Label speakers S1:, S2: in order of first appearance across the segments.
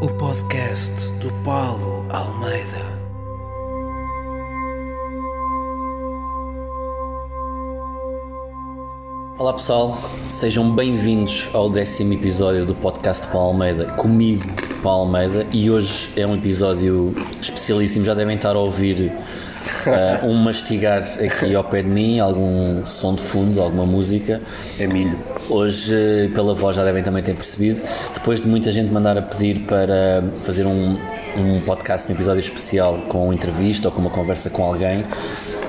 S1: o podcast do Paulo Almeida.
S2: Olá pessoal, sejam bem-vindos ao décimo episódio do podcast Paulo Almeida, comigo Paulo Almeida, e hoje é um episódio especialíssimo, já devem estar a ouvir eh, um mastigar aqui ao pé de mim, algum som de fundo, alguma música.
S3: É milho.
S2: Hoje, eh, pela voz, já devem também ter percebido, depois de muita gente mandar a pedir para fazer um, um podcast, um episódio especial com uma entrevista ou com uma conversa com alguém,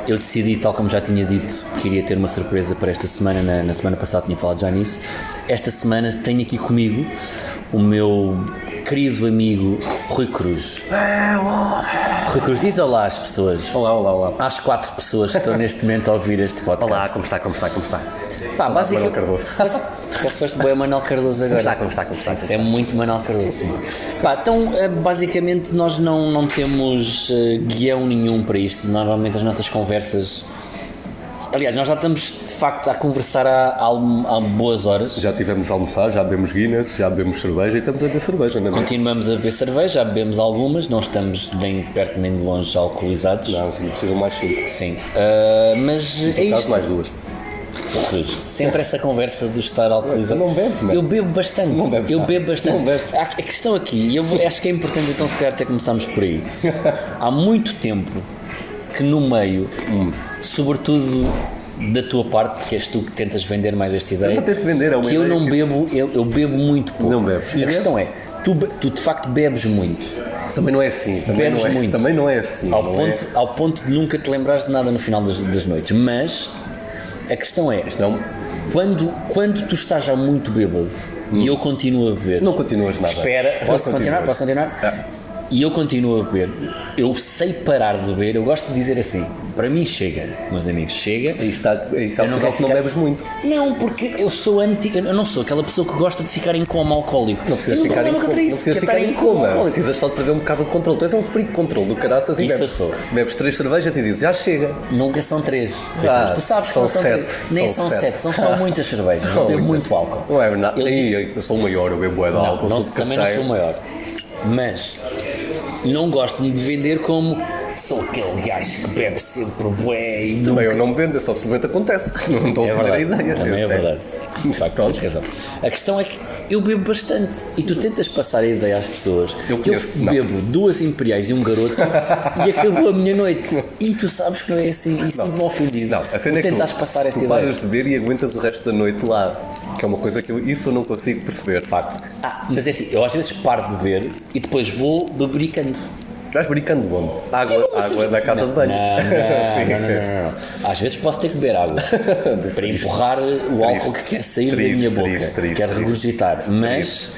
S2: eu decidi, tal como já tinha dito, que iria ter uma surpresa para esta semana, na, na semana passada tinha falado já nisso. Esta semana tenho aqui comigo o meu querido amigo Rui Cruz. Rui Cruz, diz olá às pessoas.
S3: Olá, olá, olá.
S2: Às quatro pessoas que estão neste momento a ouvir este podcast.
S3: Olá, como está, como está, como está?
S2: Pá, basicamente.
S3: Manuel Cardoso.
S2: Parece que bem Manuel Cardoso agora.
S3: está, como está, como está, como
S2: Isso é muito Manuel Cardoso, sim. Pá, então, eh, basicamente, nós não, não temos eh, guião nenhum para isto. Normalmente, as nossas conversas. Aliás, nós já estamos, de facto, a conversar há, há, algum- há boas horas.
S3: Já tivemos a almoçar, já bebemos Guinness, já bebemos cerveja e estamos a beber cerveja, não é? mesmo?
S2: Continuamos a beber cerveja, já bebemos algumas, não estamos nem de perto nem de longe alcoolizados.
S3: Não, sim, precisam mais cinco.
S2: Sim. Ah, mas é
S3: Caso
S2: isto.
S3: mais duas.
S2: Cruz. Sempre essa conversa do estar alcoolizado.
S3: Não bebes, mano.
S2: Eu bebo bastante.
S3: Não bebes
S2: eu
S3: nada.
S2: bebo bastante.
S3: Não bebes.
S2: A a questão aqui, e eu vou- acho que é importante então se calhar até começarmos por aí. Há muito tempo que no meio,
S3: Hum.
S2: sobretudo da tua parte, porque és tu que tentas vender mais esta ideia,
S3: não tento vender, é uma
S2: que eu
S3: ideia
S2: não
S3: que-
S2: bebo, eu, eu bebo muito pouco.
S3: Não bebes. E
S2: A
S3: bebes?
S2: questão é, tu, be- tu de facto bebes muito,
S3: Também não é assim. Também
S2: bebes
S3: não é,
S2: muito.
S3: Também não é assim.
S2: ao
S3: não
S2: ponto,
S3: É.
S2: ao ponto de nunca te lembrares de nada no final das, das noites, mas... A questão é,
S3: Não,
S2: Quando, quando tu estás já muito bêbado e eu continuo a beber.
S3: Hum. não continuas nada. Ah.
S2: Espera,
S3: Pode
S2: posso continuar? Posso continuar? E eu continuo a beber. Eu sei parar de beber. Eu gosto de dizer assim. Para mim chega, meus amigos, chega.
S3: Aí está, aí
S2: Eu
S3: sabes
S2: não quero
S3: que não
S2: ficar-
S3: bebes muito.
S2: Não, porque eu sou anti. Eu não sou aquela pessoa que gosta de ficar em coma alcoólico.
S3: Não precisas
S2: Tenho um
S3: ficar em
S2: problema
S3: coma.
S2: contra
S3: Não
S2: isso,
S3: precisas
S2: que é
S3: ficar
S2: estar
S3: em coma.
S2: alcoólico.
S3: Precisas só de perder um bocado de controle. Tu és um freak de controle do caraças e
S2: Isso eu
S3: bebes.
S2: sou.
S3: Bebes três cervejas e dizes, já chega.
S2: Nunca são três.
S3: Já,
S2: tu sabes que não são
S3: Ah, são
S2: três.
S3: sete,
S2: Nem
S3: são
S2: são sete,
S3: sete.
S2: são só muitas cervejas. Eu bebo muito álcool.
S3: Não é nada.
S2: Eu-
S3: Aí, Eu sou o maior, eu bebo é de álcool.
S2: não,
S3: sou de
S2: também não
S3: caceio.
S2: sou o maior. Mas não gosto de me vender como sou aquele gajo que bebe sempre bué e
S3: Também
S2: nunca-"
S3: eu não me vendo, eu só simplesmente acontece. Não estou
S2: É
S3: a vender a
S2: verdade,
S3: ideia.
S2: também é
S3: eu sei.
S2: verdade. De facto,
S3: Pronto.
S2: tens razão. A questão é que eu bebo bastante e tu tentas passar a ideia às pessoas.
S3: Eu
S2: que
S3: conheço- não.
S2: bebo duas imperiais e um garoto e acabou a minha noite. E tu sabes que não é assim e sinto-me ofendido.
S3: Não, a cena
S2: tu
S3: é que
S2: tentas
S3: tu,
S2: passar essa
S3: tu
S2: ideia.
S3: paras de beber e aguentas o resto da noite lá. Que é uma coisa que eu, isso eu não consigo perceber, de facto.
S2: Ah, mas é assim, eu às vezes paro de beber e depois vou bebericando.
S3: Estás brincando de onde? Água, água da casa de banho.
S2: Não, Ah, não,
S3: Sim.
S2: não, não, não, não. Às vezes posso ter que beber água para empurrar o álcool que quer sair da
S3: Triste,
S2: minha boca,
S3: triste, triste,
S2: quer
S3: triste.
S2: regurgitar, mas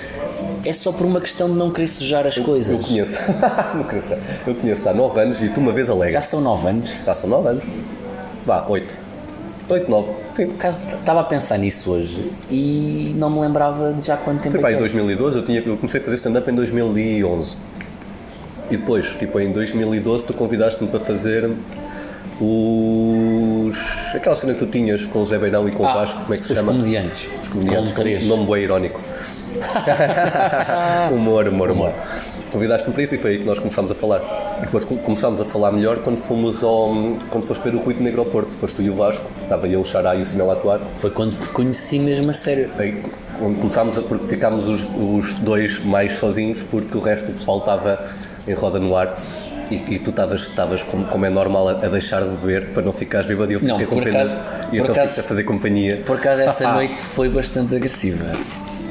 S2: é só por uma questão de não querer sujar as coisas.
S3: Eu conheço. Não conheço já. eu conheço há 9 anos e tu uma vez
S2: Já
S3: alegas.
S2: são 9 anos.
S3: Já são 9 anos. Vá, 8. 8, 9. Sim.
S2: Por acaso estava a pensar nisso hoje e não me lembrava de já há quanto tempo
S3: Foi
S2: é
S3: pá,
S2: que
S3: em
S2: é.
S3: 2012, eu, tinha, eu comecei a fazer stand-up em 2011. E depois, tipo, em 2012 tu convidaste-me para fazer os... Aquela cena que tu tinhas com o Zé Beirão e com
S2: Ah,
S3: o Vasco, como é que se
S2: os
S3: chama?
S2: Comediantes.
S3: Comediantes,
S2: Com três.
S3: com nome bem irónico. humor, humor, humor. Convidaste-me para isso e foi aí que nós começámos a falar. E depois co- começámos a falar melhor quando fomos ao... Quando foste ver o Rui Negro ao Porto. Foste tu e o Vasco, estava eu, o Xará e o Sinal a atuar.
S2: Foi quando te conheci mesmo a sério.
S3: Aí, quando começámos a, porque ficámos os, os dois mais sozinhos porque o resto do pessoal estava em roda no ar e, e tu estavas, estavas como, como é normal a, a deixar de beber para não ficares bêbado e eu
S2: Não,
S3: fiquei
S2: por
S3: com pena
S2: acaso- por
S3: e então
S2: acaso-
S3: fico a fazer companhia
S2: Por acaso essa noite foi bastante agressiva,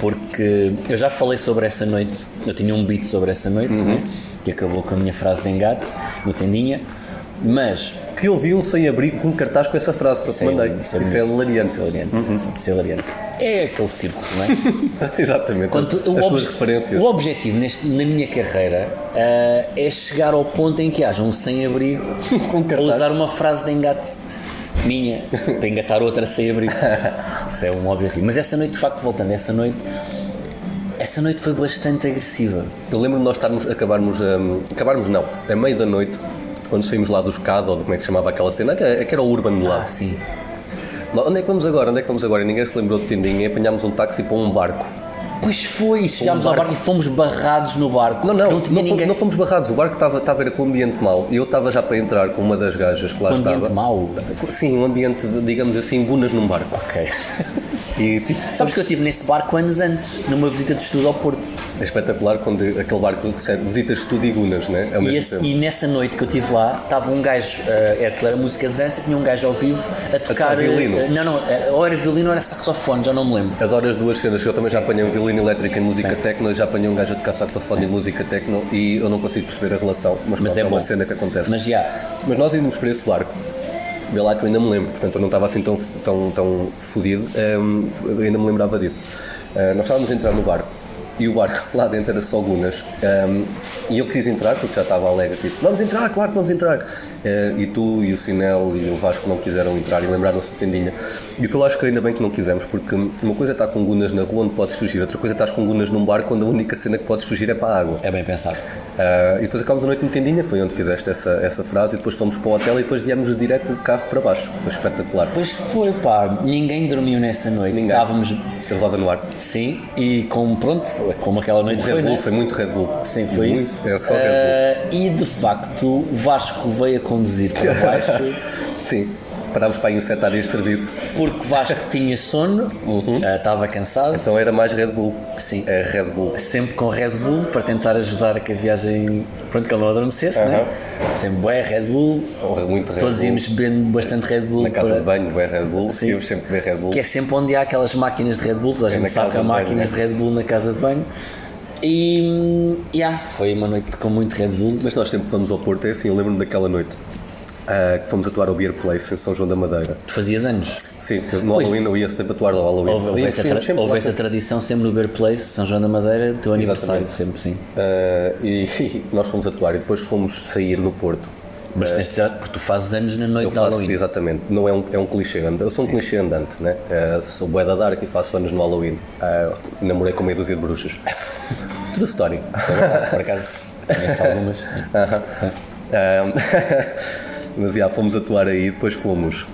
S2: porque eu já falei sobre essa noite, eu tinha um beat sobre essa noite,
S3: Uhum.
S2: né, que acabou com a minha frase de engate, no Tendinha, mas...
S3: que eu vi um sem-abrigo com um cartaz com essa frase que eu te mandei
S2: Isso
S3: isso
S2: é-
S3: é hilariante
S2: Isso
S3: Uhum.
S2: é hilariante, sim, isso é hilariante. É aquele círculo, não é?
S3: exatamente
S2: Quando tu-
S3: as
S2: ob-
S3: tuas referências
S2: o objetivo neste- na minha carreira ah, é chegar ao ponto em que haja um sem-abrigo
S3: Com
S2: a
S3: cartaz.
S2: usar uma frase de engate minha para engatar outra sem-abrigo. Isso é um objetivo. Mas essa noite, de facto, voltando, essa noite. Essa noite foi bastante agressiva.
S3: eu lembro-me de nós estarmos, acabarmos hum, acabarmos não, a meio da noite quando saímos lá do escado ou de como é que se chamava aquela cena que era que era o Urban de lá
S2: Ah, sim.
S3: Lá, Onde é que vamos agora? Onde é que vamos agora? E ninguém se lembrou de Tendinha e apanhámos um táxi para um barco.
S2: Pois foi, chegámos ao
S3: barco.
S2: barco e fomos barrados no barco.
S3: Não, não,
S2: não tinha
S3: não, fomos-
S2: ninguém.
S3: não fomos barrados. O barco estava, estava era com o ambiente mau. E eu estava já para entrar com uma das gajas que lá
S2: um
S3: estava.
S2: ambiente mau.
S3: Sim, um ambiente, digamos assim, gunas num barco.
S2: Ok.
S3: E tipo,
S2: Sabes que eu estive nesse barco anos antes, numa visita de estudo ao Porto.
S3: é espetacular quando aquele barco recebe visitas de tudo e gunas, né? Ao mesmo
S2: E, esse-
S3: tempo.
S2: e nessa noite que eu estive lá, estava um gajo, eh, era, aquilo era música de dança, tinha um gajo ao vivo a tocar. eh,
S3: violino.
S2: não, não, eh, ou era violino ou era saxofone, já não me lembro.
S3: Adoro as duas cenas. Eu também já apanhei um violino elétrico em música techno, já apanhei um gajo de tocar saxofone em música techno e eu não consigo perceber a relação.
S2: Mas
S3: Mas, pronto,
S2: é
S3: é, uma
S2: bom.
S3: cena que acontece.
S2: Mas já,
S3: Mas nós íamos para esse barco. Vê lá que eu ainda me lembro, portanto eu não estava assim tão, tão, tão fodido, hum, eu ainda me lembrava disso. Ah, nós estávamos a entrar no barco e o barco lá dentro era só gunas. Hum, e eu quis entrar porque já estava alegre, tipo, vamos entrar, claro que vamos entrar. Ah, e tu e o Sinel e o Vasco não quiseram entrar e lembraram-se de Tendinha. E o que eu acho que ainda bem que não quisemos, porque uma coisa é estar com gunas na rua onde podes fugir, outra coisa é estar com gunas num barco onde a única cena que podes fugir é para a água.
S2: é bem pensado.
S3: Ah, e depois acabámos a noite no Tendinha, foi onde fizeste essa, essa frase, e depois fomos para o hotel e depois viemos direto de carro para baixo. Foi espetacular.
S2: Pois foi, pá, ninguém dormiu nessa noite.
S3: Ninguém.
S2: Estávamos,
S3: A roda no ar.
S2: sim, e como pronto, como aquela noite
S3: Red
S2: foi,
S3: Bull,
S2: né?
S3: foi muito Red Bull.
S2: Sim, foi
S3: muito,
S2: isso.
S3: Era só Red
S2: Eh, e de facto, Vasco veio a conduzir para baixo
S3: Bull. Sim. Parámos para aí em 7 áreas de serviço.
S2: porque Vasco tinha sono, eh, estava cansado.
S3: Uhum. Então era mais Red Bull.
S2: Sim.
S3: É Red Bull.
S2: sempre com Red Bull para tentar ajudar a que a viagem pronto que ele não adormecesse, né? Sempre bué Red Bull,
S3: Muito Red
S2: todos
S3: Bull.
S2: íamos bebendo bastante Red Bull
S3: Na casa
S2: para-
S3: de banho, bem Red Bull.
S2: Sim.
S3: Eu sempre bem Red Bull. É
S2: que é sempre onde há aquelas máquinas de Red Bull, toda a gente
S3: na
S2: sabe
S3: casa
S2: que há
S3: de banho,
S2: máquinas
S3: né?
S2: de Red Bull na casa de banho e hum, yeah, foi uma noite com muito Red Bull.
S3: Mas nós sempre que vamos ao Porto, é assim, eu lembro-me daquela noite. ah, que fomos atuar ao Beer Place em São João da Madeira.
S2: Tu fazias anos.
S3: Sim, que no Halloween eu ia sempre atuar ao Halloween.
S2: Houve, houve
S3: E
S2: essa,
S3: fomos
S2: tra-
S3: sempre lá
S2: houve essa tradição sempre no Beer Place, São João da Madeira, teu aniversário, sempre sim.
S3: Ah, e, nós fomos atuar e depois fomos sair no Porto.
S2: Mas tens de dizer, porque tu fazes anos na noite
S3: É. Eu
S2: de
S3: faço,
S2: Então, Halloween.
S3: exatamente, não é um, é um clichê andante, eu sou um clichê andante, né? Ah, sou bué da dark e faço anos no Halloween. Ah, namorei com meia dúzia de bruxas. True story.
S2: Por acaso, conheço algumas.
S3: Ahm, Eh, mas já, fomos atuar aí, depois fomos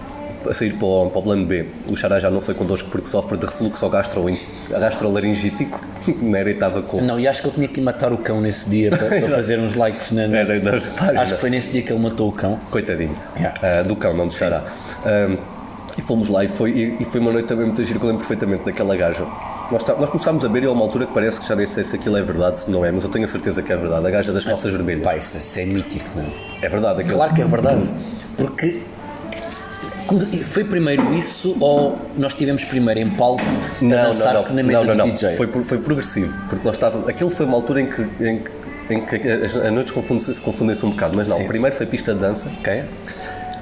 S3: a sair para o, para o plano B. O Xará já não foi connosco porque sofre de refluxo gastro, gastrolaringítico, na era estava com
S2: Não, e acho que ele tinha que matar o cão nesse dia para, para fazer uns likes na net.
S3: Era, era, repara,
S2: acho que foi nesse dia que ele matou o cão.
S3: Coitadinho.
S2: Yeah.
S3: Ah, do cão, não deixará. Ah, e fomos lá e foi, e, e foi uma noite também muito gira, que eu lembro perfeitamente daquela gaja. Nós, tá- nós começámos a beber e a uma altura que parece que já nem sei se aquilo é verdade, se não é, mas eu tenho a certeza que é verdade. A gaja das calças vermelhas.
S2: Pá, isso, isso é mítico, não é?
S3: É verdade, aquilo.
S2: Claro que é verdade. Porque como- foi primeiro isso ou nós tivemos primeiro em palco a
S3: Não, não,
S2: dançar
S3: não.
S2: na mesa
S3: não, não,
S2: do
S3: não.
S2: DJ?
S3: Foi, pro- foi progressivo, porque nós estávamos. Aquilo foi uma altura em que. Em, que- em que as, as noites confundem-se confundem-se um bocado, mas não,
S2: Sim.
S3: primeiro foi pista de dança, ok?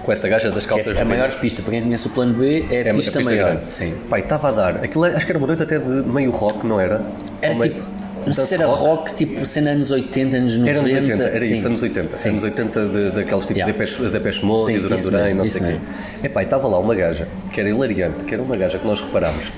S3: Com essa gaja das calças
S2: É a
S3: vermelhas.
S2: maior pista, para quem conhece o plano B, é a
S3: É,
S2: pista
S3: a pista
S2: maior.
S3: grande.
S2: Sim.
S3: Pai, estava a dar. Aquilo é- acho que era uma noite até de meio rock, não era?
S2: Era
S3: Ou meio-
S2: tipo, não sei se
S3: dance
S2: era rock, tipo cena anos 80, anos 90.
S3: Era anos 80, era
S2: sim.
S3: isso, anos 80.
S2: Sim.
S3: Anos 80 de, daqueles tipo
S2: Yeah.
S3: Depeche, Depeche Mode
S2: Sim,
S3: e Duran
S2: isso
S3: Duran e
S2: mesmo,
S3: não
S2: isso
S3: sei o quê. Epá, e estava lá uma gaja, que era hilariante, que era uma gaja que nós reparámos.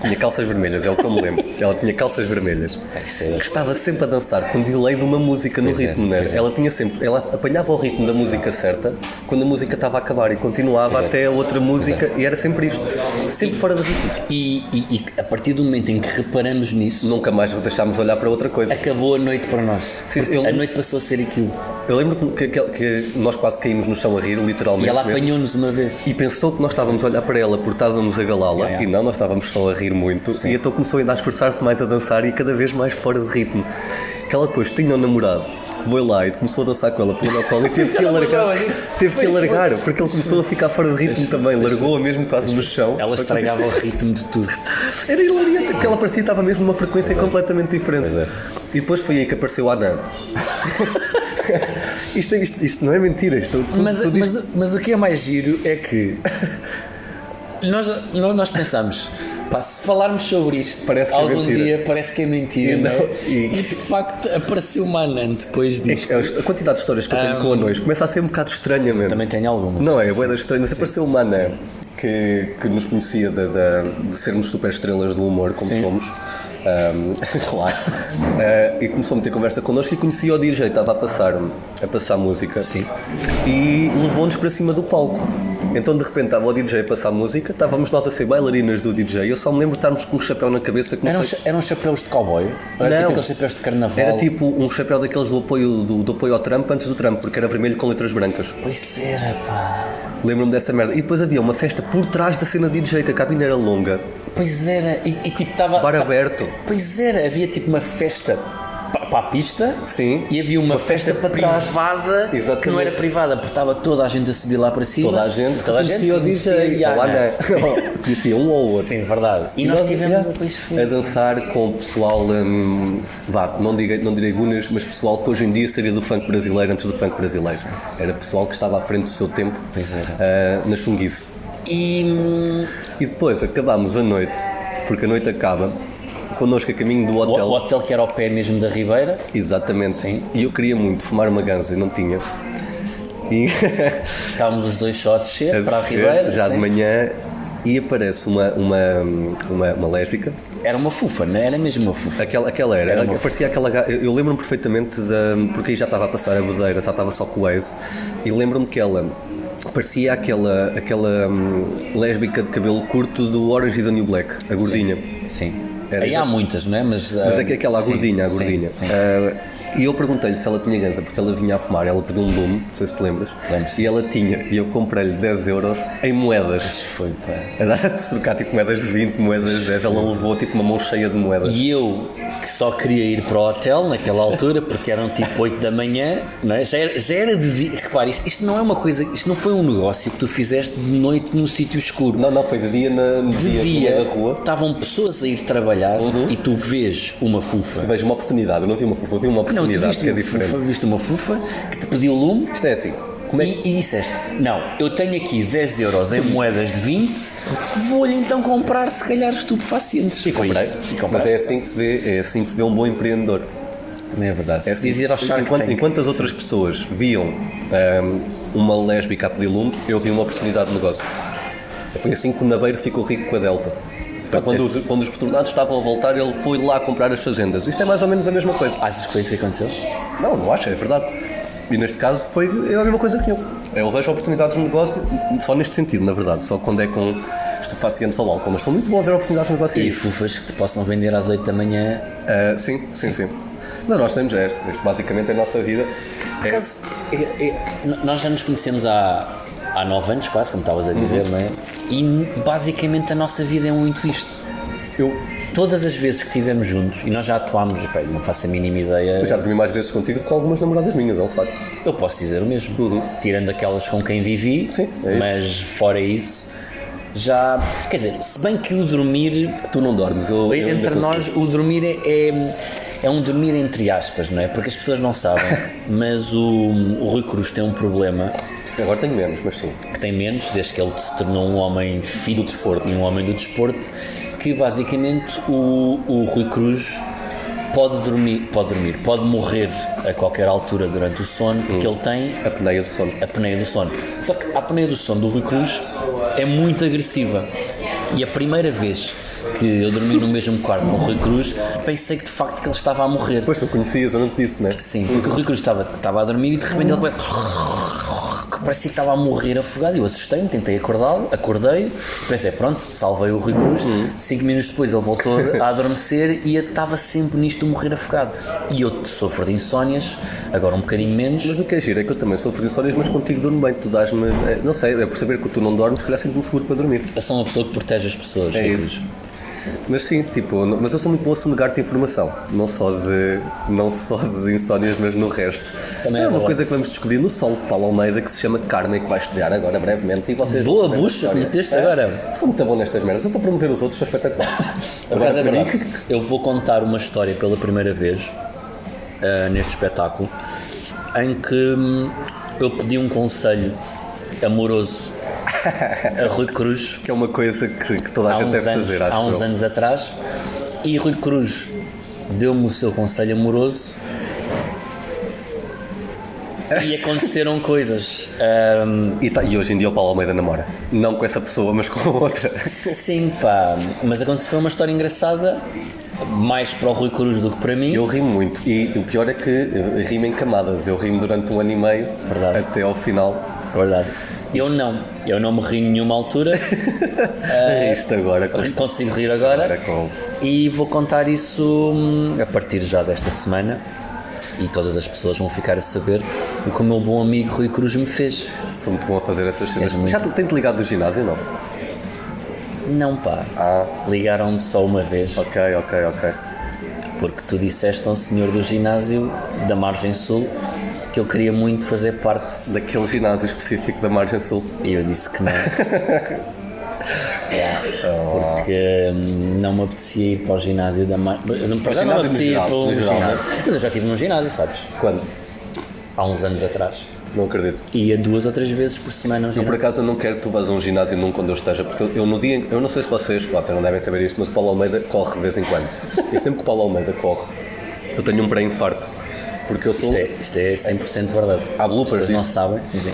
S3: que Tinha calças vermelhas, é o que eu me lembro. Ela tinha calças vermelhas.
S2: isso era-
S3: Que estava sempre a dançar com delay de uma música no
S2: é,
S3: ritmo, não
S2: pois
S3: era?
S2: é.
S3: Ela tinha sempre, ela apanhava o ritmo da música certa quando a música estava a acabar e continuava até a outra música e era sempre isto. Sempre fora de ritmo.
S2: E, e- e a partir do momento em que reparamos nisso,
S3: Nunca mais deixámos de olhar para outra coisa.
S2: acabou a noite para nós.
S3: Sim,
S2: Porque
S3: eu-
S2: A noite passou a ser aquilo.
S3: Eu lembro que, que- que nós quase caímos no chão a rir, literalmente.
S2: E ela
S3: mesmo.
S2: apanhou-nos uma vez.
S3: E pensou que nós estávamos a olhar para ela porque estávamos a galá-la
S2: Yeah, yeah.
S3: e não, nós estávamos só a rir muito. E então começou ainda a esforçar-se mais a dançar e cada vez mais fora de ritmo. Que ela depois tinha um namorado, foi lá e começou a dançar com ela pelo meu colo e teve
S2: Já
S3: que a
S2: não me
S3: largar.
S2: lembrava disso.
S3: Teve que a
S2: Pois foi.
S3: largar, porque ele começou a ficar fora de ritmo também, largou-a mesmo quase no chão.
S2: Ela estragava o ritmo de tudo.
S3: Era hilariante, porque ela parecia que estava mesmo numa frequência completamente diferente.
S2: Pois é.
S3: E depois foi aí que apareceu a Anã. isto, isto, isto não é mentira, isto, tudo,
S2: Mas,
S3: tudo isto-
S2: mas, mas o que é mais giro é que nós, nós nós pensamos, pá, se falarmos sobre isto
S3: Parece que é
S2: algum
S3: mentira.
S2: dia parece que é mentira,
S3: E
S2: não, é?
S3: não-
S2: e...
S3: e-
S2: de facto apareceu uma anã depois disto.
S3: É, A quantidade de histórias que eu tenho
S2: Ah,
S3: com anões começa a ser um bocado estranha mesmo.
S2: Também tenho algumas.
S3: Não é? Boeda estranha. Mas apareceu uma anã que, que nos conhecia de, de- de sermos super estrelas do humor, como
S2: Sim.
S3: somos. Ahm, claro. Ah, e começou a meter conversa connosco e conhecia o DJ, estava a passar, a passar música.
S2: Sim.
S3: E levou-nos para cima do palco. Então de repente estava o DJ a passar música, estávamos nós a ser bailarinas do DJ. Eu só me lembro de estarmos com um chapéu na cabeça que não
S2: Eram,
S3: sei-
S2: cha- eram chapéus de cowboy? Ou era
S3: Não.
S2: tipo aqueles chapéus de carnaval?
S3: Era tipo um chapéu daqueles do apoio, do, do apoio ao Trump antes do Trump, porque era vermelho com letras brancas.
S2: Pois era, pá.
S3: Lembro-me dessa merda. E depois havia uma festa por trás da cena DJ, que a cabine era longa,
S2: Pois era. E, e, tipo estava...
S3: bar aberto.
S2: Pois era, havia tipo uma festa pa- para a pista
S3: Sim.
S2: e havia uma, festa,
S3: festa para trás.
S2: privada que não
S3: Exatamente.
S2: era privada, porque estava toda a gente a subir lá para cima.
S3: Toda a gente
S2: toda a gente
S3: conhecia o DJ.
S2: conhecia a
S3: Olá,
S2: Ana.
S3: não. Conhecia um ou outro.
S2: Sim, verdade. E, nós tivemos
S3: yeah, É
S2: a depois
S3: a dançar com o pessoal, hum, vá, não, diga, não direi gunas, mas pessoal que hoje em dia seria do funk brasileiro antes do funk brasileiro. Era pessoal que estava à frente do seu tempo
S2: Pois era.
S3: ah, na chunguice.
S2: E hum,
S3: E depois acabámos a noite, porque a noite acaba, connosco a caminho do
S2: o,
S3: hotel.
S2: o hotel que era ao pé mesmo da Ribeira.
S3: Exatamente. E eu queria muito fumar uma ganza e não tinha. E
S2: Estávamos os dois só a descer
S3: a
S2: para a
S3: descer,
S2: Ribeira.
S3: já de
S2: sim.
S3: manhã e aparece uma, uma, uma, uma lésbica.
S2: Era uma fufa, não é? Era mesmo uma fufa.
S3: Aquela, aquela era,
S2: Era
S3: ela-
S2: uma-
S3: parecia aquela ga- Eu, eu lembro-me perfeitamente da. Porque aí já estava a passar a bodeira, já estava só com o Waze. E lembro-me que ela parecia aquela, aquela hum, lésbica de cabelo curto do Orange is the New Black, a gordinha.
S2: Sim.
S3: Era
S2: Aí há
S3: exato.
S2: muitas, não é? Mas,
S3: Mas
S2: ah,
S3: é que aquela, a
S2: sim,
S3: gordinha, a
S2: sim,
S3: gordinha.
S2: sim.
S3: Ah, e eu perguntei-lhe se ela tinha ganza, porque ela vinha a fumar, ela pediu um lume, não sei se te lembras.
S2: Lembro, sim.
S3: E ela tinha, e eu comprei-lhe 10 euros em moedas.
S2: Foi, pá.
S3: A dar a trocar tipo moedas de 20, moedas de 10, ela levou tipo uma mão cheia de moedas.
S2: E eu, que só queria ir para o hotel naquela altura, porque eram tipo 8 da manhã, não é? já, era, já era de dia. Repare, isto, isto não é uma coisa, isto não foi um negócio que tu fizeste de noite num sítio escuro.
S3: Não, não, foi de dia na, no
S2: De
S3: dia, no
S2: dia,
S3: meio da rua.
S2: estavam pessoas a ir trabalhar e tu vês uma fufa.
S3: Vejo uma oportunidade, eu não vi uma fofa, eu vi uma
S2: Não, tu
S3: oportunidade
S2: viste
S3: que é
S2: uma,
S3: diferente.
S2: fufa, viste uma fufa que te pediu lume
S3: Isto é assim. Como é
S2: e, e disseste: Não, eu tenho aqui 10 euros em moedas de 20, vou-lhe então comprar, se calhar, estupefacientes. E
S3: Comprei.
S2: E
S3: Mas
S2: compraste.
S3: é assim que se vê, é assim que se vê um bom empreendedor.
S2: Também é verdade.
S3: É assim,
S2: Dizer ao Shark
S3: enquanto,
S2: Tank.
S3: enquanto as outras pessoas viam ahm, uma lésbica a pedir lume, eu vi uma oportunidade de negócio. Foi assim que o Nabeiro ficou rico com a Delta. Então, quando, os, quando os retornados estavam a voltar, ele foi lá comprar as fazendas. Isto é mais ou menos a mesma coisa.
S2: Achas que foi isso que aconteceu?
S3: Não, não acho, é verdade. E neste caso foi a mesma coisa que eu. Eu vejo oportunidades no negócio só neste sentido, na verdade, só quando é com estupefacientes ou álcool, mas foi muito bom haver oportunidades no negócio.
S2: E
S3: aí.
S2: fufas que te possam vender às 8 da manhã.
S3: Ah, sim, sim, sim. Não, nós temos, é, isto basicamente é a nossa vida. É-
S2: é, Nós já nos conhecemos há, há 9 anos, quase, como estavas a dizer, não é? E basicamente a nossa vida é muito isto.
S3: eu
S2: Todas as vezes que estivemos juntos, e nós já atuámos, pá, não faço a mínima ideia,
S3: eu já dormi mais vezes contigo do que com algumas namoradas minhas, é um facto.
S2: eu posso dizer o mesmo. Tirando aquelas com quem vivi,
S3: Sim, é isso.
S2: mas fora isso, já. Quer dizer, se bem que o dormir
S3: Tu não dormes, eu. eu ainda
S2: Entre
S3: consigo.
S2: nós, o dormir é, é, é um dormir entre aspas, não é? Porque as pessoas não sabem, mas o, o Rui Cruz tem um problema
S3: Agora tenho menos, mas sim.
S2: que tem menos, desde que ele se tornou um homem fit do desporto. e um homem do desporto, que basicamente o, o Rui Cruz pode dormir, pode dormir, pode morrer a qualquer altura durante o sono,
S3: Hum.
S2: porque ele tem
S3: A peneia de sono.
S2: a apneia do sono. Só que a apneia do sono do Rui Cruz é muito agressiva. E a primeira vez que eu dormi no mesmo quarto com o Rui Cruz, pensei que de facto que ele estava a morrer.
S3: Pois tu conhecias, eu não te disse, né?
S2: Sim, porque o Rui Cruz estava, estava a dormir e de repente ele começa. que Parecia que estava a morrer afogado. Eu assustei-me, tentei acordá-lo, acordei, pensei, pronto, salvei o Rui Cruz.
S3: Uhum.
S2: Cinco minutos depois ele voltou a adormecer e eu estava sempre nisto de morrer afogado. E eu sofro de insónias, agora um bocadinho menos.
S3: Mas o que é giro é que eu também sou frisórias, mas contigo durmo bem. Tu dás-me. é, Não sei, é por saber que tu não dormes, se calhar sinto-me seguro para dormir.
S2: Eu sou uma pessoa que protege as pessoas.
S3: É
S2: Rui
S3: isso.
S2: Cruz.
S3: Mas sim, tipo, não- mas eu sou muito bom a sonegar-te informação, não só de não só de insónias, mas no resto.
S2: Também é
S3: é uma
S2: verdade.
S3: coisa que vamos descobrir no sol de Paulo Almeida que se chama Carne e que vai estrear agora brevemente e vocês
S2: Boa
S3: vão saber a
S2: bucha
S3: história. É.
S2: que meteste agora.
S3: Sou muito bom nestas merdas, eu estou a promover os outros, sou espetacular.
S2: Por acaso é
S3: para mim-
S2: verdade. Eu vou contar uma história pela primeira vez ah, neste espetáculo em que hum, eu pedi um conselho amoroso a Rui Cruz
S3: que é uma coisa que, que toda a
S2: há
S3: gente
S2: uns,
S3: deve
S2: anos,
S3: fazer,
S2: há uns
S3: acho eu.
S2: anos atrás e Rui Cruz deu-me o seu conselho amoroso e aconteceram coisas. Hum, Ahm,
S3: E, tá- e hoje em dia o Paulo Almeida namora. Não com essa pessoa, mas com outra.
S2: Sim, pá, mas aconteceu uma história engraçada mais para o Rui Cruz do que para mim.
S3: Eu rimo muito e o pior é que eh, rimo em camadas. Eu rimo durante um ano e meio
S2: Verdade.
S3: até ao final.
S2: Verdade. Eu não. Eu não me ri em nenhuma altura. Ah,
S3: É Isto agora com
S2: Consigo rir agora.
S3: Agora com-
S2: E vou contar isso hum, a partir já desta semana. E todas as pessoas vão ficar a saber o que o meu bom amigo Rui Cruz me fez.
S3: sou muito bom a fazer essas cenas.
S2: És muito.
S3: É, Já te- tem-te ligado do ginásio, não?
S2: Não, pá. Ligaram-me só uma vez.
S3: Ah. Ok, ok, ok.
S2: Porque tu disseste ao senhor do ginásio da Margem Sul que eu queria muito fazer parte.
S3: Daquele ginásio específico da Margem Sul.
S2: E eu disse que não. Yeah, Porque hum, não me apetecia ir para o ginásio da Margem. Não, para já não me
S3: ginásio é no
S2: apetecia ir
S3: geral,
S2: para um
S3: no geral,
S2: ginásio. Mas eu já estive num ginásio, sabes?
S3: Quando?
S2: Há uns anos atrás.
S3: Não acredito.
S2: Ia duas ou três vezes por semana ao
S3: Eu, por
S2: ginásio.
S3: acaso, não quero que tu vás a um ginásio nunca onde eu esteja, porque eu, eu no dia. em- Eu não sei se vocês, vocês não devem saber isto, mas o Paulo Almeida corre de vez em quando. Eu sempre que o Paulo Almeida corre, eu tenho um pré-infarto. Porque eu sou.
S2: Isto é, isto é 100% verdade.
S3: Há bloopers
S2: As pessoas não
S3: disto?
S2: sabem. Sim, sim.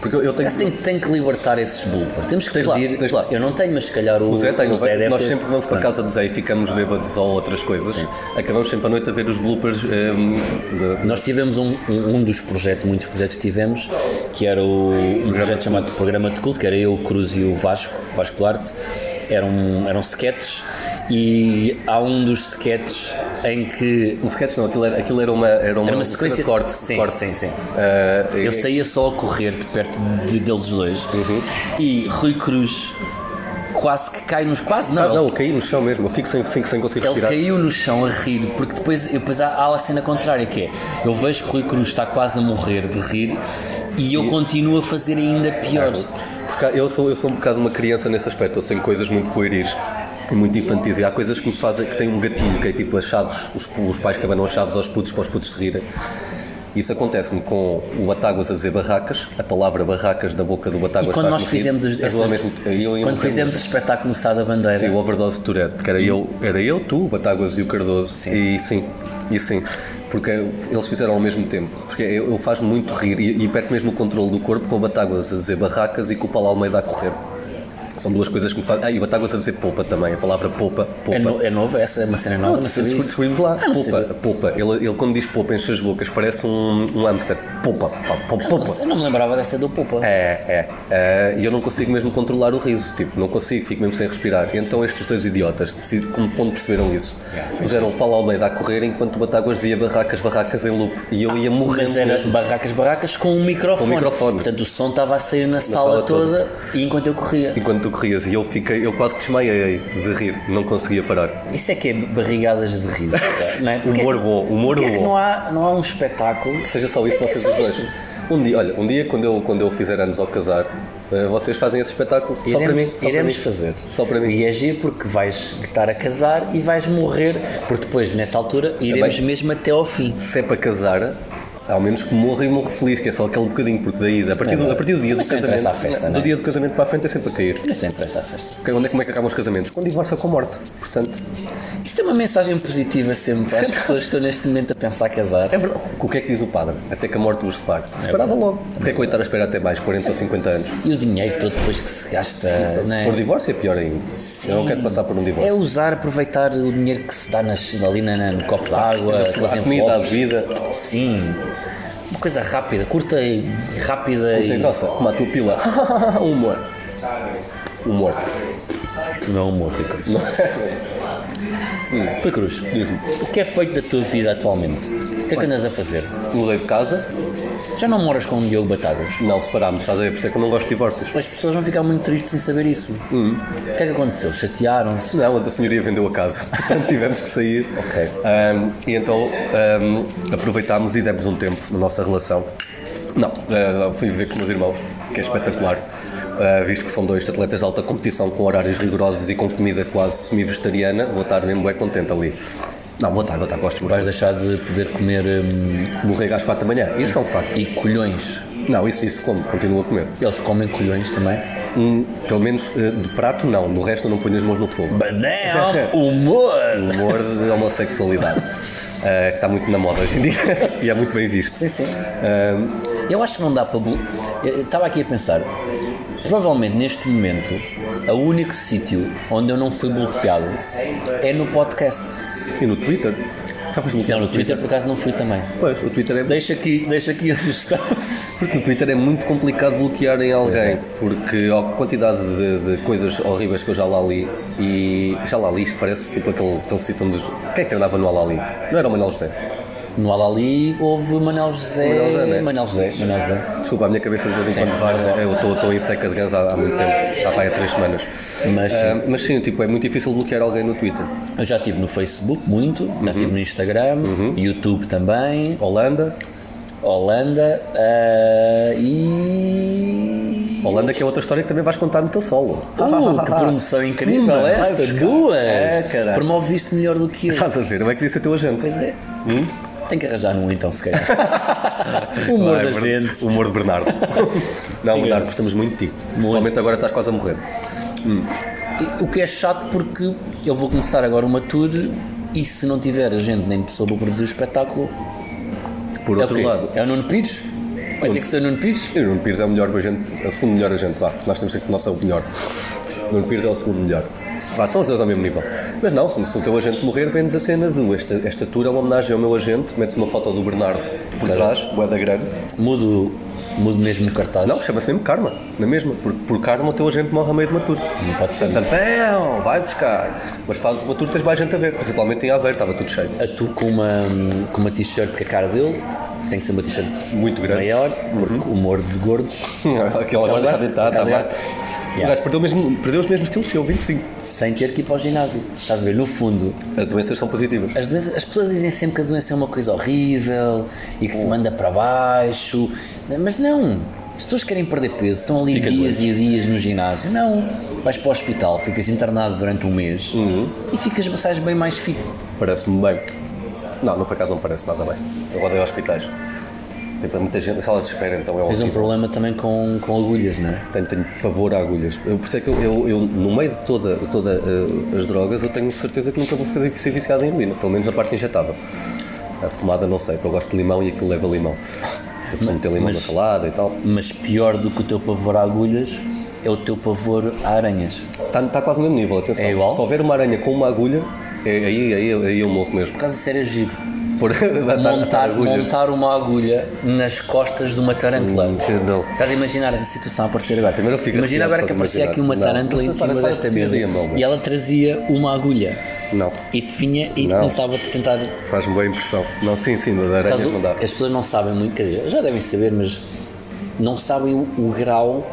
S3: Porque eu, eu tenho.
S2: Mas tem, tem que libertar esses bloopers. Temos que
S3: Tens lá,
S2: pedir.
S3: tens lá.
S2: Eu não tenho, mas se calhar o,
S3: O Zé Ah. tem, um
S2: o Zé deve
S3: nós
S2: ter-
S3: sempre vamos para a
S2: Pronto.
S3: casa do Zé e ficamos bêbados ou outras coisas. Acabamos sempre à noite a ver os bloopers. ehm, de-
S2: Nós tivemos um, um, um dos projetos, muitos projetos que tivemos, que era o, um projeto chamado Programa de Culto, que era eu, o Cruz e o Vasco, Vasco Duarte. Eram, eram sketches e há um dos sketches em que
S3: Um sketch não, aquilo era, aquilo era uma. Era uma,
S2: era uma
S3: cena de
S2: sequência de
S3: corte.
S2: Sim,
S3: de corte.
S2: sim, sim.
S3: Eh, e-
S2: Eu saía só a correr de perto de, deles dois e Rui Cruz quase que cai nos. Quase
S3: Ah,
S2: não,
S3: não, eu caí no chão mesmo, eu fico sem, sem, sem conseguir
S2: Ele
S3: respirar.
S2: caiu no chão a rir, porque depois, depois há, há a cena contrária que é: eu vejo que Rui Cruz está quase a morrer de rir e eu continuo a fazer ainda pior.
S3: Porque eu sou, eu sou um bocado uma criança nesse aspecto, eu sei coisas muito pueris e muito infantis. E há coisas que me fazem que têm um gatilho, que é tipo as chaves, os, pu- os pais que abanam as chaves aos putos para os putos se rirem. Isso acontece-me com o Batáguas a dizer barracas, a palavra barracas da boca do Batáguas.
S2: E quando nós
S3: faz-me rir.
S2: fizemos as-
S3: Mas
S2: essas-
S3: ao mesmo- eu em
S2: Quando
S3: um
S2: fizemos o espetáculo no Sá da Bandeira,
S3: Sim, o Overdose de Tourette, que era eu, era eu, tu, o Batáguas e o Cardoso. E sim, e sim. Porque eles fizeram ao mesmo tempo. Porque eu, eu faz-me muito rir e, e perco mesmo o controle do corpo com o Batáguas a dizer barracas e com o Paulo Almeida a correr. São duas coisas que me fazem. Ah, e o Batáguas a dizer poupa também, a palavra poupa, poupa. Ah,
S2: é, no- é novo, essa é uma cena
S3: Não,
S2: nova. não sabia isso.
S3: descobrimos lá.
S2: Ah, não
S3: poupa,
S2: sabia.
S3: poupa. Ele, ele quando diz poupa, enche as bocas, parece um, um hamster. Poupa, pá, poupa, poupa.
S2: Eu não me lembrava dessa do Pupa.
S3: É, é. Eh, E eu não consigo mesmo controlar o riso, tipo, não consigo, fico mesmo sem respirar. Então estes dois idiotas, decid- como quando perceberam isso, puseram o Paulo Almeida a correr enquanto o Batáguas dizia barracas, barracas em loop. E eu ia morrendo.
S2: Mas era
S3: mesmo.
S2: barracas, barracas com um microfone.
S3: microfone.
S2: Portanto, o som estava a sair na,
S3: sala
S2: sala,
S3: toda.
S2: toda, e enquanto eu corria.
S3: Enquanto tu corrias, e eu fiquei, eu quase que desmaiei de rir, não conseguia parar.
S2: Isso é que é barrigadas de riso. cara, Não é? Porque
S3: Humor bom, humor
S2: é que
S3: bom.
S2: não há, não há é um espetáculo
S3: Seja só isso, vocês os dois. Um dia, olha, um dia quando eu, quando eu fizer anos ao casar, eh, vocês fazem esse espetáculo só para mim. Só
S2: iremos
S3: para mim.
S2: fazer.
S3: Só para mim.
S2: E agir porque vais estar a casar e vais morrer, porque depois, nessa altura, iremos
S3: Também.
S2: mesmo até ao fim.
S3: se é para casar, ao menos que morra e morra feliz, que é só aquele bocadinho, porque daí, a partir, do, a partir do dia
S2: Mas
S3: do
S2: não
S3: casamento,
S2: interessa à festa,
S3: do
S2: não é?
S3: dia do casamento para a frente é sempre a cair.
S2: Isso interessa à festa.
S3: Porque Onde é, como é que acabam os casamentos? Quando divórcio com morte, portanto.
S2: Isto é uma mensagem positiva sempre para as pessoas que estão neste momento a pensar casar.
S3: É verdade. O que é que diz o padre? Até que a morte os separe. Separava logo. Porque é que eu ia estar a esperar até mais 40 ou 50 anos?
S2: E o dinheiro todo depois que se gasta. não
S3: Se
S2: é?
S3: for divórcio é pior ainda. Eu não quero passar por um
S2: É
S3: divórcio.
S2: usar, aproveitar o dinheiro que se dá nas, ali na, na- no copo de água, aqueles
S3: Ah, a comida, a
S2: envelopes.
S3: vida,
S2: Sim. Uma coisa rápida, curta e rápida
S3: sem
S2: e.
S3: grossa, como a tua pila. Um Humor. Um Humor.
S2: Isso não é humor, Rui Cruz. Hum, Rui Cruz,
S3: Diz-me.
S2: o que é feito da tua vida atualmente? O que é que andas a fazer?
S3: Mudei de casa,
S2: Já não moras com o Diogo Batáguas?
S3: não separámos, estás a ver? Por isso é que eu não gosto de divórcios.
S2: As pessoas vão ficar muito tristes sem saber isso. O que é que aconteceu? Chatearam-se?
S3: Não, a senhoria vendeu a casa, portanto tivemos que sair.
S2: Ok.
S3: Ahm, e então ahm, aproveitámos e demos um tempo na nossa relação. Não, ah, fui viver com os meus irmãos, que é espetacular, ah, visto que são dois atletas de alta competição com horários rigorosos e com comida quase semi-vegetariana. Vou estar mesmo bem contente ali. Não, vou estar, vou estar, gosto de
S2: Vais deixar de poder comer hum,
S3: Borrego às quatro da manhã, isso é um facto.
S2: e colhões?
S3: Não, isso, isso como, continuo a comer.
S2: Eles comem colhões também?
S3: Hum, pelo menos ah, de prato, não, no resto eu não ponho as mãos no fogo.
S2: Badão! É um Humor!
S3: humor de tá homossexualidade, eh, que está muito na moda hoje em dia e é muito bem visto.
S2: Sim, sim.
S3: Eh,
S2: Eu acho que não dá para. blo- Eu- eu Estava aqui a pensar. Provavelmente neste momento, o único sítio onde eu não fui bloqueado é no podcast.
S3: E no Twitter? Já foste
S2: Não,
S3: bloqueado
S2: no Twitter por acaso não fui também.
S3: Pois, o Twitter é.
S2: Deixa aqui, deixa aqui a sugestão.
S3: Porque no Twitter é muito complicado bloquearem alguém, porque a quantidade de, de coisas horríveis que eu já lá li, e já lá li, isto parece tipo aquele, aquele sítio onde. Quem é que andava no Alali? Não era o Manuel José?
S2: No Alali houve Manel José.
S3: Manel José, né?
S2: Manel José. Manel José.
S3: Desculpa, a minha cabeça de vez em quando vai, é, eu estou- estou em seca de ganso há, há muito tempo, há, pá, há três semanas.
S2: Mas sim.
S3: Ah, mas sim, tipo, é muito difícil bloquear alguém no Twitter.
S2: Eu já estive no Facebook muito, já estive no Instagram, YouTube também,
S3: Holanda,
S2: Holanda ah, e.
S3: Holanda que é outra história que também vais contar no teu solo.
S2: Uh, que promoção incrível
S3: Pumba,
S2: esta!
S3: vai buscar.
S2: Duas!
S3: É, caralho.
S2: Promoves isto melhor do que eu.
S3: Estás a ver, como é que dizia ser teu agente?
S2: Pois é. Tem que arranjar um então, se calhar. O humor
S3: Vai,
S2: das
S3: Bern-
S2: gentes.
S3: O humor de Bernardo. não, Bernardo, gostamos muito de ti. Principalmente agora estás quase a morrer.
S2: O que é chato porque eu vou começar agora uma tour e se não tiver gente nem pessoa para produzir o espetáculo, é
S3: Por
S2: o
S3: outro
S2: quê?
S3: lado,
S2: É o Nuno Pires? Vai ter que ser o Nuno Pires?
S3: o Nuno Pires é o melhor agente, é o segundo melhor agente, vá. Nós temos sempre o nosso melhor. O Nuno Pires é o segundo melhor. Vá, são os dois ao mesmo nível. Mas não, se, se o teu agente morrer, vem-nos a cena do. Esta, esta tour é uma homenagem ao meu agente, mete-se uma foto do Bernardo por trás, o da grande.
S2: Mudo, mudo mesmo o cartaz.
S3: Não, chama-se mesmo Karma, na mesma. Por, por Karma, o teu agente morre a meio de uma tour.
S2: Não pode ser.
S3: Portanto, não, vai buscar. Mas fazes uma tour, tens mais gente a ver. Principalmente em Aveiro, estava tudo cheio.
S2: a tu com uma, com uma t-shirt com a cara dele, tem que ser uma t-shirt
S3: Muito grande. Uhum.
S2: maior, porque humor de gordos,
S3: Aquele agora está deitado, está
S2: Agora-
S3: morto.
S2: Yeah.
S3: O gajo perdeu, mesmo, perdeu os mesmos quilos que eu, 25.
S2: sem ter que ir para o ginásio. Estás a ver? No fundo,
S3: As doenças são positivas.
S2: as, doenças- as pessoas dizem sempre que a doença é uma coisa horrível e que te manda para baixo, mas não. As pessoas querem perder peso, estão ali
S3: Fica
S2: dias e dias no ginásio. Não, vais para o hospital, ficas internado durante um mês
S3: Uhum.
S2: e ficas, sais bem mais fit.
S3: Parece-me bem. Não, não, por acaso não parece nada bem. Eu odeio hospitais. Tipo, há muita gente na sala de espera, então é
S2: Tens um
S3: horrível.
S2: problema também com, com agulhas, não é?
S3: Tenho, tenho pavor a agulhas. Eu, por isso é que eu, eu- eu, no meio de todas toda, eh, as drogas, eu tenho certeza que nunca vou ficar ser viciado em heroína, pelo menos na parte injetável. A fumada não sei, porque eu gosto de limão e aquilo leva limão. Eu costumo ter limão na
S2: mas-
S3: salada e tal.
S2: Mas pior do que o teu pavor a agulhas é o teu pavor a aranhas.
S3: Está tá quase no mesmo nível, atenção.
S2: É igual?
S3: Se houver uma aranha com uma agulha, é- aí, aí, aí eu morro mesmo.
S2: Por causa de sério giro.
S3: Por
S2: Montar,
S3: agulhas.
S2: montar uma agulha nas costas de uma tarântula.
S3: Hum, sim, não.
S2: Estás a imaginar essa situação a aparecer agora?
S3: Primeiro eu fico
S2: Imagina
S3: arrepiado
S2: agora
S3: só
S2: que
S3: de
S2: aparecia
S3: imaginar.
S2: aqui uma
S3: Não.
S2: tarântula em
S3: Você sabe
S2: cima
S3: qual é
S2: desta
S3: que
S2: mesa
S3: dizia, meu bem?
S2: e ela trazia uma agulha
S3: Não,
S2: e te vinha e te
S3: Não.
S2: começava a tentar.
S3: faz-me boa impressão. Não, sim, sim, da aranha
S2: Estás-
S3: não dá.
S2: As pessoas não sabem muito, quer dizer, já devem saber, mas não sabem o, o grau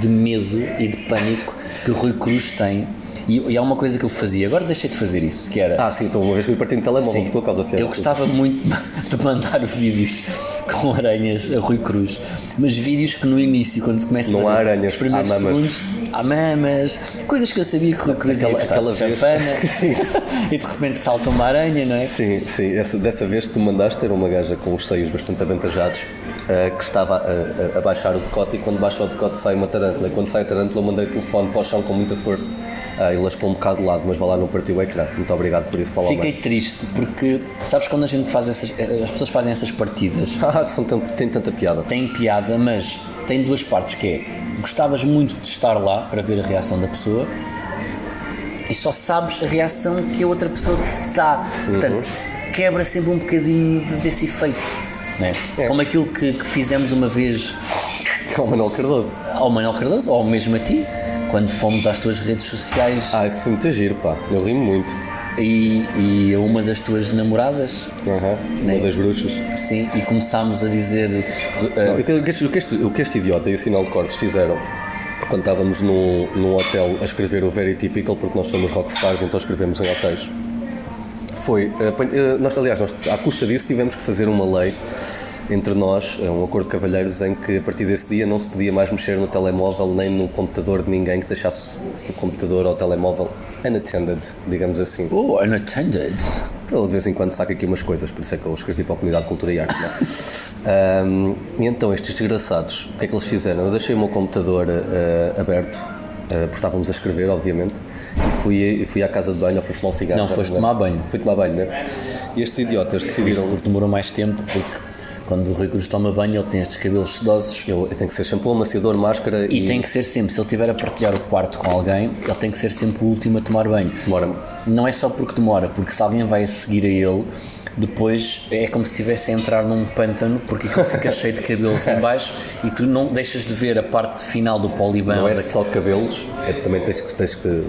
S2: de medo e de pânico que o Rui Cruz tem. E, e há uma coisa que eu fazia, agora deixei de fazer isso, que era.
S3: Ah, sim, então uma vez que eu parti de telemóvel por tua causa, fiado.
S2: Eu gostava muito de mandar vídeos com aranhas a Rui Cruz, mas vídeos que no início, quando se começa
S3: Não
S2: a
S3: há
S2: ver
S3: aranhas,
S2: os primeiros
S3: há mamas.
S2: segundos, há mamas, coisas que eu sabia que Rui Cruz
S3: Aquela-
S2: ia gostar
S3: aquela
S2: de
S3: vez.
S2: chafana,
S3: Sim.
S2: e de repente salta uma aranha, não é?
S3: Sim, sim, essa- dessa vez tu mandaste ter uma gaja com os seios bastante avantajados eh, que estava a- a, a baixar o decote e quando baixa o decote sai uma tarântula. E quando sai a tarântula, eu mandei o telefone para o chão com muita força. Ah, ele lascou um bocado de lado, mas vai lá não partiu o ecrã. Muito obrigado por isso, Paulo
S2: Fiquei
S3: Almeida.
S2: triste porque sabes quando a gente faz essas, eh, as pessoas fazem essas partidas,
S3: Ah, são tanto, tem tanta piada.
S2: tem piada, mas tem duas partes que é gostavas muito de estar lá para ver a reação da pessoa e só sabes a reação que a outra pessoa te dá. Portanto, quebra sempre um bocadinho de- desse efeito. né?
S3: É.
S2: Como aquilo que, que fizemos uma vez
S3: É o Manuel Cardoso.
S2: ao Manuel Cardoso, ou mesmo a ti, quando fomos às tuas redes sociais
S3: Ah, isso é muito giro, pá. Eu rimo muito.
S2: e, e a uma das tuas namoradas.
S3: Aham. Uma das bruxas.
S2: Sim, e começámos a dizer. eh,
S3: Não, o, que, o que é este, o que este- o que este idiota e o sinal de cortes fizeram quando estávamos num, num hotel a escrever o Very Typical, porque nós somos rockstars, então escrevemos em hotéis, foi. eh, apan- eh, Nós, aliás, nós, à custa disso tivemos que fazer uma lei entre nós, eh, um acordo de cavalheiros, em que a partir desse dia não se podia mais mexer no telemóvel nem no computador de ninguém que deixasse o computador ou o telemóvel unattended, digamos assim.
S2: Oh, unattended.
S3: Eu de vez em quando saco aqui umas coisas, por isso é que eu escrevi para a Comunidade de Cultura e Arte. não é? Ahm, e então, estes desgraçados, o que é que eles fizeram? Eu deixei o meu computador ah, aberto, ah, porque estávamos a escrever, obviamente, e fui, e fui à casa de banho, ou fui fumar um cigarro.
S2: Não,
S3: já
S2: foste
S3: lembro.
S2: tomar banho.
S3: Fui tomar banho, né? E estes idiotas decidiram.
S2: Porque demorou mais tempo, porque Quando o Rui Cruz toma banho, ele tem estes cabelos sedosos.
S3: Eu, eu tenho que ser shampoo, amaciador, máscara
S2: E tem que ser sempre, se ele estiver a partilhar o quarto com alguém, ele tem que ser sempre o último a tomar banho.
S3: Demora.
S2: Não é só porque demora, porque se alguém vai seguir a ele, depois é como se estivesse a entrar num pântano, porque aquilo fica cheio de cabelos em baixo e tu não deixas de ver a parte final do polibão.
S3: Não é
S2: daquele-
S3: só cabelos, é, também tens, que- tens que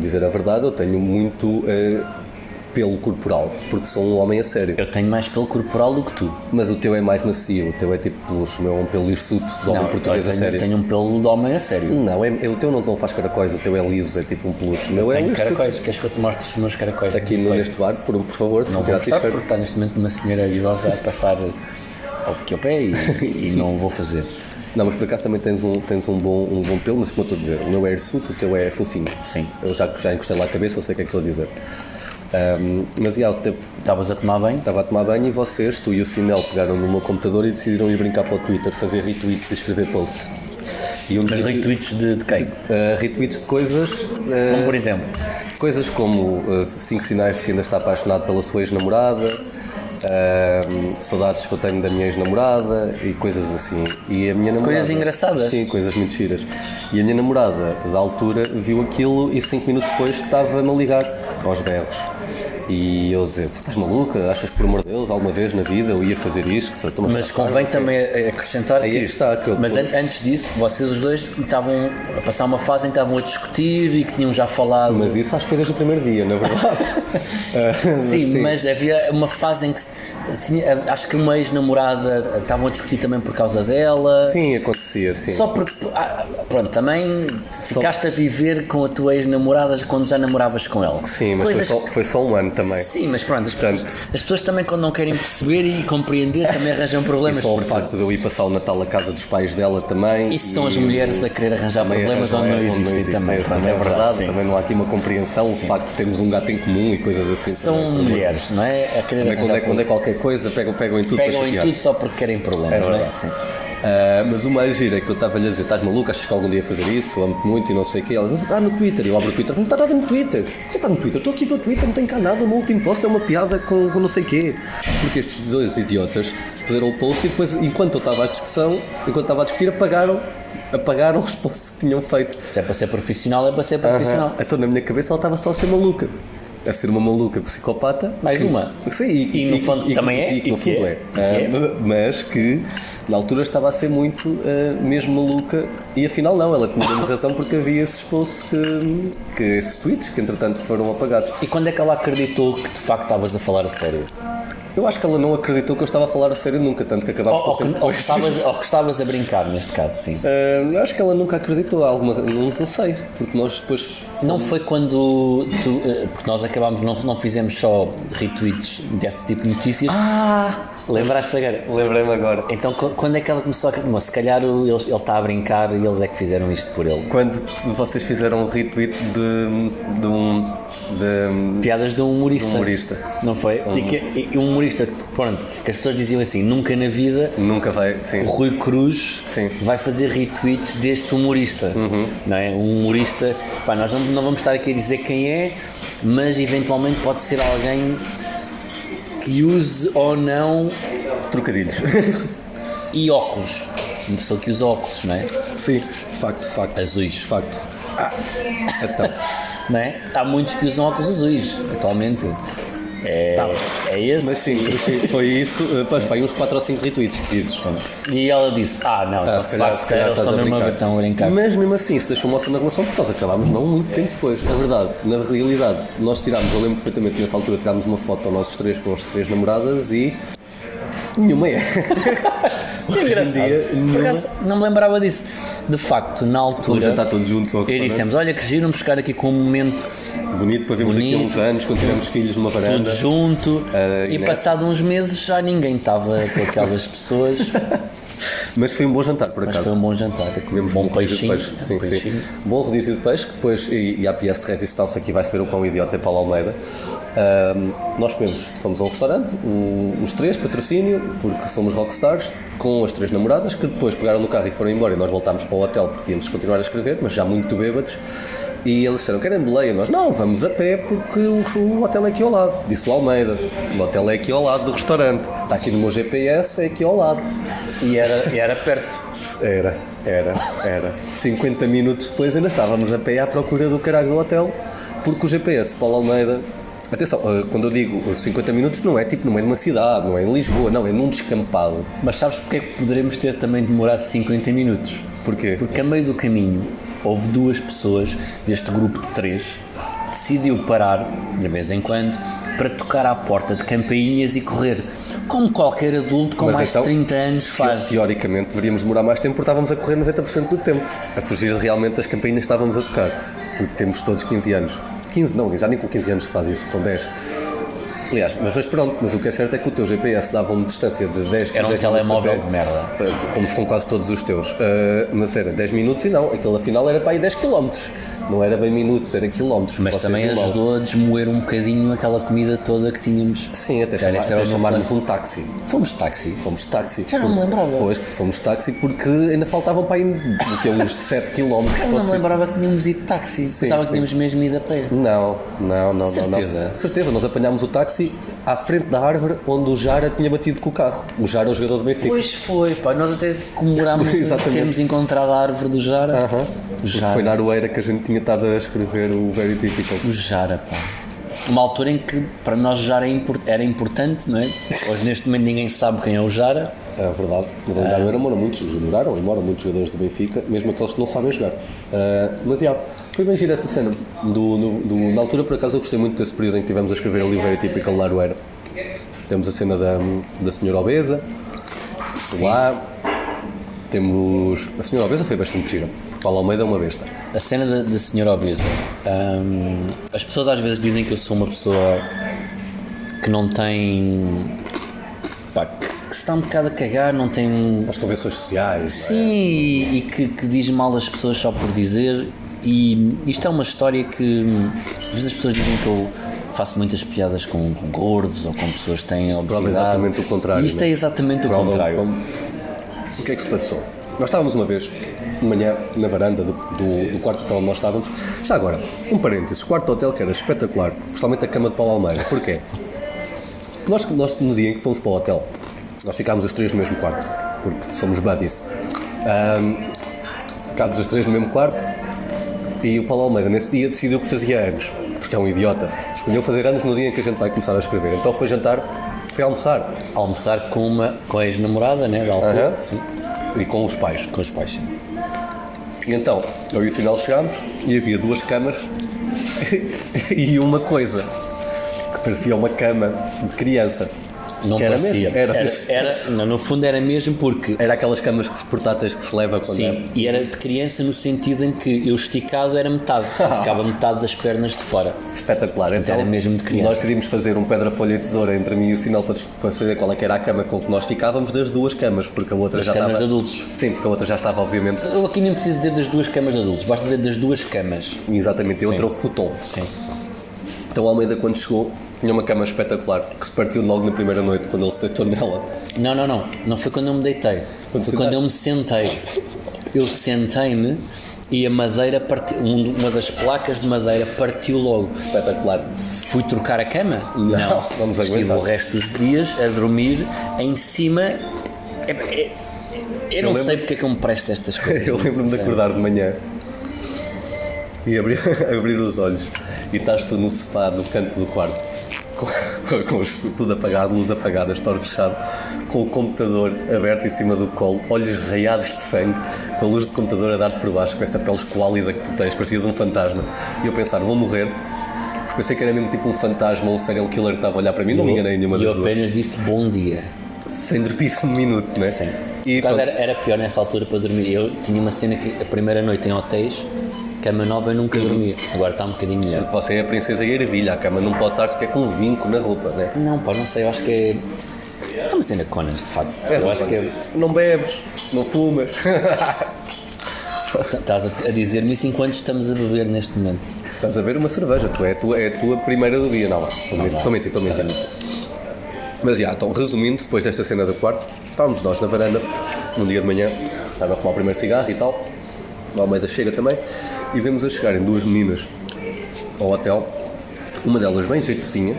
S3: dizer a verdade, eu tenho muito eh, pelo corporal, porque sou um homem a sério.
S2: Eu tenho mais pelo corporal do que tu.
S3: Mas o teu é mais macio, o teu é tipo peluche, o meu é um pelo hirsuto de homem
S2: eu
S3: português a
S2: tenho,
S3: sério.
S2: tenho um pelo de homem a sério.
S3: Não, é, é- o teu não, não faz caracóis, o teu é liso, é tipo um peluche, o meu é um
S2: Tenho
S3: hirsuto.
S2: caracóis, queres que eu te mostre os meus caracóis?
S3: Aqui no, neste bar, por, por favor, se
S2: Não vou
S3: tirar a
S2: mostrar
S3: t-shirt.
S2: porque está neste momento uma senhora idosa a passar ao que eu pé e, e não vou fazer.
S3: Não, mas por acaso também tens um, tens um, bom, um bom pelo, mas como eu estou a dizer, o meu é hirsuto, o teu é fofinho.
S2: Sim.
S3: Eu já, já encostei lá a cabeça, eu sei o que é que estou a dizer. Ahm, mas e há o tempo,
S2: Estavas a tomar banho?
S3: Estava a tomar banho e vocês, tu e o Sinel, pegaram no meu computador e decidiram ir brincar para o Twitter, fazer retweets e escrever posts. E um
S2: Mas
S3: dos
S2: retweets de, de quem?
S3: eh, retweets de coisas. eh,
S2: Como por exemplo,
S3: coisas como 5 sinais de que ainda está apaixonado pela sua ex-namorada, eh, saudades que eu tenho da minha ex-namorada e coisas assim. E a minha namorada,
S2: Coisas engraçadas.
S3: Sim, coisas muito giras. E a minha namorada, da altura, viu aquilo e 5 minutos depois estava-me a ligar aos berros. E eu dizer, estás maluca? Achas por amor de Deus, alguma vez na vida eu ia fazer isto? Então,
S2: mas convém também a- a acrescentar
S3: Aí
S2: que,
S3: está, que eu-
S2: mas an- antes disso, vocês os dois estavam a passar uma fase em que estavam a discutir e que tinham já falado.
S3: Mas isso acho que foi desde o primeiro dia, na verdade. Eh,
S2: Sim, mas havia uma fase em que se- tinha, acho que uma ex-namorada estavam a discutir também por causa dela.
S3: Sim, acontecia, sim.
S2: Só porque, ah, pronto, também ficaste a viver com a tua ex-namorada quando já namoravas com ela.
S3: Sim, mas
S2: Coisas
S3: foi, só, foi só um ano também.
S2: Sim, mas pronto, as,
S3: Portanto-
S2: pessoas, as pessoas também quando não querem perceber e compreender também arranjam problemas.
S3: E só o
S2: porque
S3: facto de eu ir passar o Natal à casa dos pais dela também.
S2: Isso são as mulheres a querer arranjar
S3: é Também
S2: problemas onde
S3: arranjam,
S2: não
S3: é,
S2: existem
S3: existe,
S2: também. pronto,
S3: é verdade,
S2: sim.
S3: também não há aqui uma compreensão. O facto de termos um gato em comum e coisas assim.
S2: São
S3: também.
S2: mulheres, não é? A querer
S3: Quando é, quando,
S2: arranjar
S3: é, quando é qualquer coisa, pegam, pegam em tudo
S2: problemas. Pegam
S3: para
S2: em
S3: chatear.
S2: tudo só porque querem problemas, não é?
S3: verdade.
S2: Sim.
S3: Ah, mas o mais giro é que eu estava-lhe a dizer: estás maluco? Achas que algum dia fazer isso? Eu Amo-te muito e não sei o quê. Ela diz: está no Twitter. Eu abro o Twitter. Não está nada no Twitter. Por que está no Twitter? Estou aqui a ver o Twitter, não tem cá nada. O meu último post é uma piada com, com não sei o quê. Porque estes dois idiotas fizeram o post e depois, enquanto eu estava à discussão, enquanto estava a discutir, apagaram, apagaram os posts que tinham feito.
S2: Se é para ser profissional, é para ser profissional.
S3: Ah, Então na minha cabeça ela estava só a ser maluca. A ser uma maluca psicopata.
S2: Mais uma.
S3: Sim, e,
S2: E no fundo também é,
S3: E, que
S2: e
S3: no
S2: que
S3: fundo
S2: é,
S3: é.
S2: e que
S3: Ah, Mas que na altura estava a ser muito ah, mesmo maluca e afinal não, ela tinha mesmo razão porque havia esses posts que, que esses tweets que entretanto foram apagados.
S2: E quando é que ela acreditou que de facto estavas a falar a sério?
S3: Eu acho que ela não acreditou que eu estava a falar a sério nunca, tanto que acabava
S2: Ou, ou
S3: pouco
S2: que,
S3: tempo
S2: ou que
S3: depois.
S2: estavas, ou que estavas a brincar, neste caso, sim.
S3: Ah, acho que ela nunca acreditou, há alguma, não, não sei, porque nós depois
S2: Não foi quando tu, eh, porque nós acabámos, não, não fizemos só retweets desse tipo de notícias. Ah! Lembraste agora?
S3: lembrei-me agora.
S2: Então qu- quando é que ela começou a. Bom, se calhar o- ele ele está a brincar e eles é que fizeram isto por ele.
S3: Quando vocês fizeram um retweet de, de um. de-
S2: Piadas de um humorista.
S3: De um humorista.
S2: Não foi? E, que, e um humorista, pronto, que as pessoas diziam assim: nunca na vida
S3: nunca vai. Sim.
S2: o Rui Cruz
S3: Sim. Uhum.
S2: vai fazer retweets deste humorista. Não é? Um humorista. Pá, nós não, não vamos estar aqui a dizer quem é, mas eventualmente pode ser alguém que use ou não
S3: Trocadilhos.
S2: e óculos. Uma pessoa que usa óculos, não é?
S3: sim, facto, facto.
S2: Azuis.
S3: Facto. Então,
S2: Não é? Há muitos que usam óculos azuis atualmente. É, é esse.
S3: tá. mas sim, mas sim, foi isso. Eh, Pois bem, uns 4 ou 5 retweets seguidos.
S2: E ela disse: Ah, não,
S3: Ah,
S2: então,
S3: se calhar,
S2: de facto,
S3: se calhar
S2: eles
S3: estás a
S2: estão mesmo
S3: brincar.
S2: estão a brincar.
S3: Mas mesmo assim, se deixou moça na relação, porque nós acabámos não muito tempo depois. É verdade, na realidade, nós tirámos, eu lembro perfeitamente, nessa altura tirámos uma foto nós três com as três namoradas e. Nenhuma é. Hoje em dia,
S2: Por
S3: nenhuma.
S2: acaso, não me lembrava disso. De facto, na
S3: Vamos
S2: altura.
S3: jantar todos juntos ao
S2: E
S3: restaurante.
S2: dissemos, olha que giro, vamos buscar aqui com um momento
S3: Bonito para vermos daqui a uns
S2: Bonito.
S3: anos, quando tivermos filhos numa
S2: tudo
S3: varanda.
S2: junto
S3: Ah,
S2: e
S3: Inês.
S2: passado uns meses já ninguém estava com aquelas pessoas,
S3: Mas foi um bom jantar, por
S2: mas
S3: acaso.
S2: foi um bom jantar,
S3: Comemos
S2: bom
S3: rodízio de
S2: peixinho,
S3: peixe. Sim,
S2: bom peixinho.
S3: sim. Bom rodízio de peixe, que depois, e, e à PS de Resistance, aqui vais ver o quão idiota é Paulo Almeida. Ahm, nós comemos, fomos a um restaurante, o- os três, patrocínio, porque somos rockstars, com as três namoradas que depois pegaram no carro e foram embora e nós voltámos para o hotel porque íamos continuar a escrever, mas já muito bêbados. E eles disseram, querem boleia? Nós, não, vamos a pé porque o, o hotel é aqui ao lado. Disse o Almeida, o hotel é aqui ao lado do restaurante. Está aqui no meu GPS, é aqui ao lado. E era,
S4: E era perto.
S3: era, era, era. 50 minutos depois ainda estávamos a pé à procura do caralho no hotel, porque o GPS Paulo Almeida. Atenção, eh, quando eu digo os 50 minutos, não é tipo no meio de uma cidade, não é em Lisboa, não, é num descampado.
S2: Mas sabes porque é que poderemos ter também demorado 50 minutos?
S3: Porquê?
S2: Porque a meio do caminho houve duas pessoas deste grupo de três que decidiu parar, de vez em quando, para tocar à porta de campainhas e correr. Como qualquer adulto com
S3: Mas
S2: mais
S3: então,
S2: de 30 anos faz.
S3: Teoricamente deveríamos demorar mais tempo porque estávamos a correr 90% do tempo, a fugir realmente das campainhas que estávamos a tocar. Porque temos todos 15 anos. 15 não, já nem com 15 anos se faz isso, com 10. Aliás, mas, mas pronto, mas o que é certo é que o teu GPS dava uma distância de 10
S2: Era um
S3: 10 minutos a
S2: telemóvel
S3: pé.
S2: de merda.
S3: Pronto, Como são quase todos os teus. Ah, mas era 10 minutos e não, aquilo afinal era para aí 10 km. Não era bem minutos, era quilómetros.
S2: Mas
S3: Vocês
S2: também
S3: não mal.
S2: ajudou a desmoer um bocadinho aquela comida toda que tínhamos.
S3: Sim, até,
S2: Já
S3: chamar,
S2: esse era
S3: até
S2: o meu
S3: chamarmos um táxi.
S2: Fomos de táxi.
S3: Fomos de táxi.
S2: Já não me
S3: Porque-
S2: lembrava.
S3: Pois, porque fomos de táxi porque ainda faltavam para aí do que, uns 7 km.
S2: Eu não me lembrava que tínhamos ido de táxi. Pensava
S3: sim.
S2: que tínhamos mesmo ido a pé.
S3: Não, não, não, não,
S2: Certeza?
S3: não. Certeza, nós apanhámos o táxi à frente da árvore onde o Jara tinha batido com o carro. O Jara é o jogador do Benfica.
S2: Pois foi, pá. Nós até comemorámos
S3: Exatamente.
S2: termos encontrado a árvore do Jara.
S3: Aham.
S2: O
S3: Porque
S2: Jara.
S3: Foi na Aroeira que a gente tinha estado a escrever o Very Typical.
S2: O Jara, pá. Uma altura em que para nós Jara é impor- era importante, não é? Hoje neste momento ninguém sabe quem é o Jara.
S3: É verdade, mas ainda agora moram muitos, moraram e moram muitos jogadores do Benfica, mesmo aqueles que não sabem jogar. Ah, mas já, foi bem gira essa cena. Do, no- do- na altura, por acaso, eu gostei muito desse período em que estivemos a escrever o livro era típico Laroeira. Temos a cena da, da Senhora Obesa, lá. Temos. A Senhora Obesa foi bastante gira. porque Paulo Almeida é uma besta.
S2: A cena da, da senhora obesa. Hum, as pessoas às vezes dizem que eu sou uma pessoa que não tem. pá, que, que se está um bocado a cagar, não tem. um
S3: As convenções sociais. é?
S2: Sim, e e que, que diz mal as pessoas só por dizer. E isto é uma história que. hum, às vezes as pessoas dizem que eu faço muitas piadas com, com gordos ou com pessoas que têm
S3: prova
S2: obesidade.
S3: exatamente o contrário,
S2: E isto
S3: né?
S2: é exatamente o
S3: Prova-
S2: contrário.
S3: como- O que é que se passou? Nós estávamos uma vez, de manhã, na varanda do, do- do quarto hotel onde nós estávamos. Já agora, um parênteses, o quarto hotel que era espetacular, principalmente a cama de Paulo Almeida. Porquê? Nós, nós, no dia em que fomos para o hotel, nós ficámos os três no mesmo quarto, porque somos buddies. Ahm, ficámos os três no mesmo quarto e o Paulo Almeida, nesse dia, decidiu que fazia anos, porque é um idiota. Escolheu fazer anos no dia em que a gente vai começar a escrever. Então foi jantar, foi almoçar.
S2: Almoçar com uma com a ex-namorada, né? Da altura.
S3: Aham, sim. E com os pais.
S2: Com os pais, sim.
S3: E então, eu e o final chegámos e havia duas camas e uma coisa que parecia uma cama de criança.
S2: Não
S3: Que era
S2: parecia.
S3: mesmo, Era,
S2: era- não, no fundo era mesmo porque.
S3: era aquelas camas que se portáteis que se leva quando é.
S2: Sim, e era de criança no sentido em que eu esticado era metade, ficava metade das pernas de fora.
S3: Espetacular. Então,
S2: era mesmo de criança.
S3: Nós decidimos fazer um pedra-folha e tesoura entre mim e o sinal para, des- para saber qual é que era a cama com que nós ficávamos das duas camas, porque a outra
S2: Das
S3: já
S2: camas
S3: estava.
S2: de adultos.
S3: Sim, porque a outra já estava, obviamente.
S2: Eu aqui nem preciso dizer das duas camas de adultos, basta dizer das duas camas.
S3: Exatamente, e a outra
S2: Sim.
S3: o futon.
S2: Sim.
S3: Então, o Almeida, quando chegou, tinha uma cama espetacular que se partiu logo na primeira noite quando ele se deitou nela.
S2: Não, não, não. Não foi quando eu me deitei.
S3: Quando
S2: foi quando eu me sentei. Eu sentei-me e a madeira partiu. um- Uma das placas de madeira partiu logo.
S3: Espetacular.
S2: Fui trocar a cama?
S3: Não, vamos
S2: Estive
S3: aguentar.
S2: o resto dos dias a dormir em cima. É- é- eu não
S3: lembro-
S2: sei porque é que eu me presto a estas coisas.
S3: Eu lembro-me de acordar de manhã e abrir, abrir os olhos e estás tu no sofá do canto do quarto, com, com- com os- tudo apagado, luz apagada, store fechado, com o computador aberto em cima do colo, olhos raiados de sangue, com a luz do computador a dar-te por baixo, com essa pele esquálida que tu tens, parecias um fantasma. E eu pensar, vou morrer. porque Pensei que era mesmo tipo um fantasma ou um serial killer que estava a olhar para mim, não me enganei em nenhuma
S2: E eu
S3: das duas.
S2: apenas disse bom dia.
S3: Sem dormir-se um minuto, não é?
S2: Sim.
S3: E
S2: Por acaso
S3: pronto.
S2: era, era pior nessa altura para dormir. Eu tinha uma cena que a primeira noite em hotéis, cama nova eu nunca dormia. Agora está um bocadinho melhor.
S3: Você é a princesa e a ervilha, a cama não pode estar sequer com um vinco na roupa, né?
S2: Não, pá, não sei, eu acho que é. É uma cena Conas, de facto. eu acho que é.
S3: Não bebes, não fumas.
S2: é, Estás a a dizer-me isso enquanto estamos a beber neste momento.
S3: Estás a ver uma cerveja, tu é, a tua- é a tua primeira do dia, não é? Estou a mentir, estou a mentir. Mas já, então, resumindo, depois desta cena do quarto, estávamos nós na varanda, num dia de manhã, estava a fumar o primeiro cigarro e tal, ao meio da chega também, e vemos a chegarem duas meninas ao hotel, uma delas bem jeitosinha,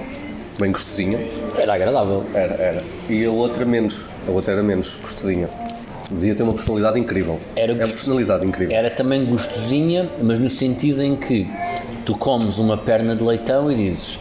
S3: bem gostosinha,
S2: Era agradável.
S3: era, era, e a outra menos, a outra era menos gostosinha. Dizia ter uma personalidade incrível.
S2: Era
S3: é uma
S2: gost-
S3: personalidade incrível.
S2: Era também gostosinha, mas no sentido em que tu comes uma perna de leitão e dizes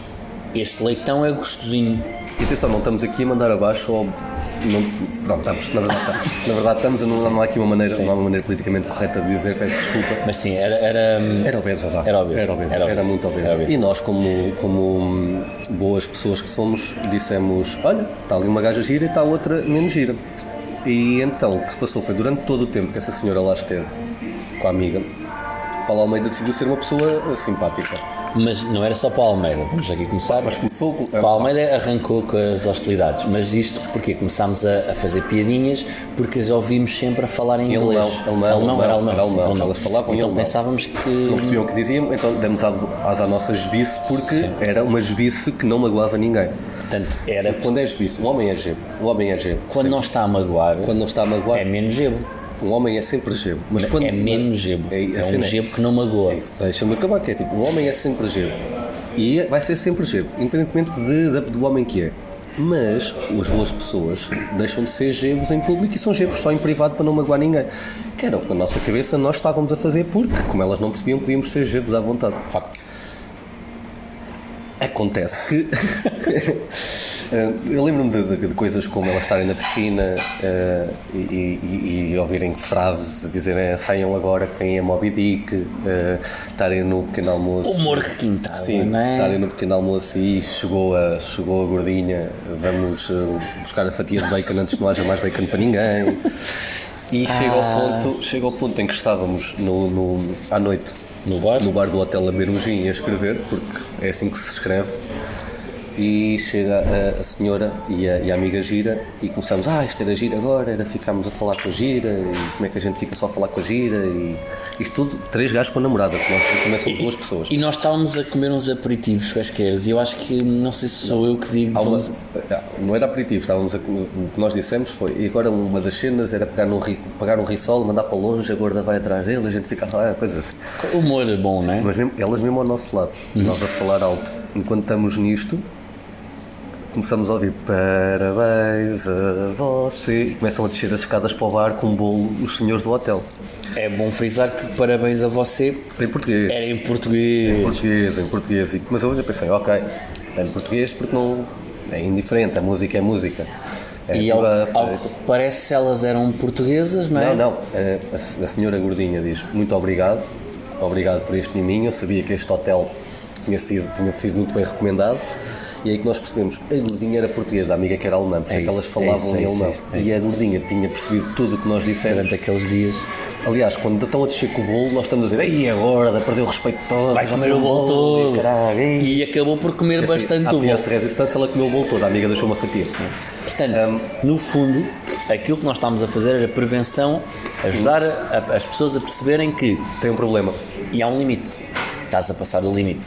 S2: este leitão é gostosinho.
S3: E atenção, não estamos aqui a mandar abaixo ou. Não, pronto, estamos, na verdade, estamos, na verdade, estamos a não não há aqui uma maneira, não há uma maneira politicamente correta de dizer, peço desculpa.
S2: Mas sim, era. era hum,
S3: Era obeso, vá.
S2: Era obeso.
S3: Era, obeso.
S2: Era
S3: era,
S2: obeso.
S3: muito obeso.
S2: Era obeso.
S3: E nós, como, como boas pessoas que somos, dissemos: olha, está ali uma gaja gira e está outra menos gira. E então, o que se passou foi durante todo o tempo que essa senhora lá esteve com a amiga, Paula Almeida decidiu ser uma pessoa eh, simpática.
S2: mas não era só para a Almeida, vamos aqui começar.
S3: Mas começou com. eh,
S2: Para a Almeida arrancou com as hostilidades, mas isto porque começámos a, a fazer piadinhas porque as ouvimos sempre a falar em
S3: Alemão,
S2: inglês.
S3: alemão,
S2: era
S3: alemão,
S2: alemão.
S3: um era
S2: sim,
S3: alemão. Elas falavam em
S2: então
S3: alemão.
S2: pensávamos que.
S3: não percebiam o que diziam, então demos asa à nossa esbice porque era uma esbice que não magoava ninguém.
S2: Portanto, era quando,
S3: Quando é esbice, o homem é gebo. O homem é gebo.
S2: quando
S3: Sempre.
S2: não está a magoar,
S3: quando não está a magoar,
S2: é menos gebo.
S3: um homem é sempre gebo. Mas quando,
S2: é menos
S3: mas-
S2: gebo.
S3: É,
S2: É,
S3: assim,
S2: um
S3: né?
S2: gebo que não magoa.
S3: Deixa-me acabar, que é tipo, um homem é sempre gebo. E é- vai ser sempre gebo, independentemente de- de- do homem que é. Mas as boas pessoas deixam de ser gebos em público e são gebos só em privado para não magoar ninguém. Que era o que na nossa cabeça nós estávamos a fazer porque, como elas não percebiam, podíamos ser gebos à vontade. Acontece que. eh, Eu lembro-me de, de- de coisas como elas estarem na piscina eh, e, e- e ouvirem frases a dizerem "Ah, saiam agora quem é Moby Dick, eh, estarem no pequeno almoço.
S2: Humor requintado,
S3: Sim,
S2: não é?
S3: estarem no pequeno almoço e chegou a, chegou a gordinha, vamos eh, buscar a fatia de bacon antes que não haja mais bacon para ninguém. E
S2: Ah.
S3: chega, ao ponto, chega ao ponto em que estávamos no, no- à noite
S2: No bar?
S3: no bar do hotel a beber um gin e a escrever, porque é assim que se escreve. E chega a, a senhora e a, e a amiga Gira e começamos, ah, isto era Gira agora, era ficarmos a falar com a Gira, e como é que a gente fica só a falar com a Gira, e isto tudo, três gajos com a namorada, que nós começam duas pessoas.
S2: E nós estávamos a comer uns aperitivos quaisquer e eu acho que, não sei se sou eu que digo,
S3: Há uma-
S2: vamos-
S3: ah, não era aperitivo, estávamos a- o que nós dissemos foi, e agora uma das cenas era pegar, num ri, pegar um risol, mandar para longe, a gorda vai atrás dele, a gente fica ah, coisa assim.
S2: humor é bom, não é?
S3: Mas mesmo- elas mesmo ao nosso lado, nós a falar alto. Enquanto estamos nisto, começamos a ouvir parabéns a você. E começam a descer as escadas para o bar com um bolo os senhores do hotel.
S2: É bom frisar que parabéns a você,
S3: Em português.
S2: era em
S3: Em
S2: português.
S3: português, em português. E- Mas eu já pensei, ok, é em português porque não. É indiferente, a música é música. É
S2: E ao,
S3: tudo a-
S2: ao que parece, elas eram portuguesas, não é?
S3: Não, não. eh, A, se- a senhora Gordinha diz muito obrigado, obrigado por este miminho. Eu sabia que este hotel tinha sido, tinha sido muito bem recomendado. E é aí que nós percebemos a Gordinha era portuguesa, a amiga que era alemã, porque
S2: É
S3: é que elas
S2: isso, é
S3: falavam
S2: isso, é
S3: em
S2: isso,
S3: alemão.
S2: é isso, é
S3: e a Gordinha tinha percebido tudo o que nós dissemos.
S2: Durante aqueles dias.
S3: Aliás, quando estão a descer com o bolo, nós estamos a dizer, ei, agora, perdeu o respeito todo.
S2: Vai
S3: já
S2: comer
S3: comeu
S2: o bolo todo.
S3: caralho, ei."
S2: E acabou por comer
S3: Assim,
S2: bastante
S3: à
S2: o bolo.
S3: piaça de resistência, ela comeu o bolo todo, a amiga deixou uma fatia.
S2: Portanto, no fundo, aquilo que nós estávamos a fazer era prevenção, ajudar a- as pessoas a perceberem que
S3: Tem um problema.
S2: e há um limite. Estás a passar do limite.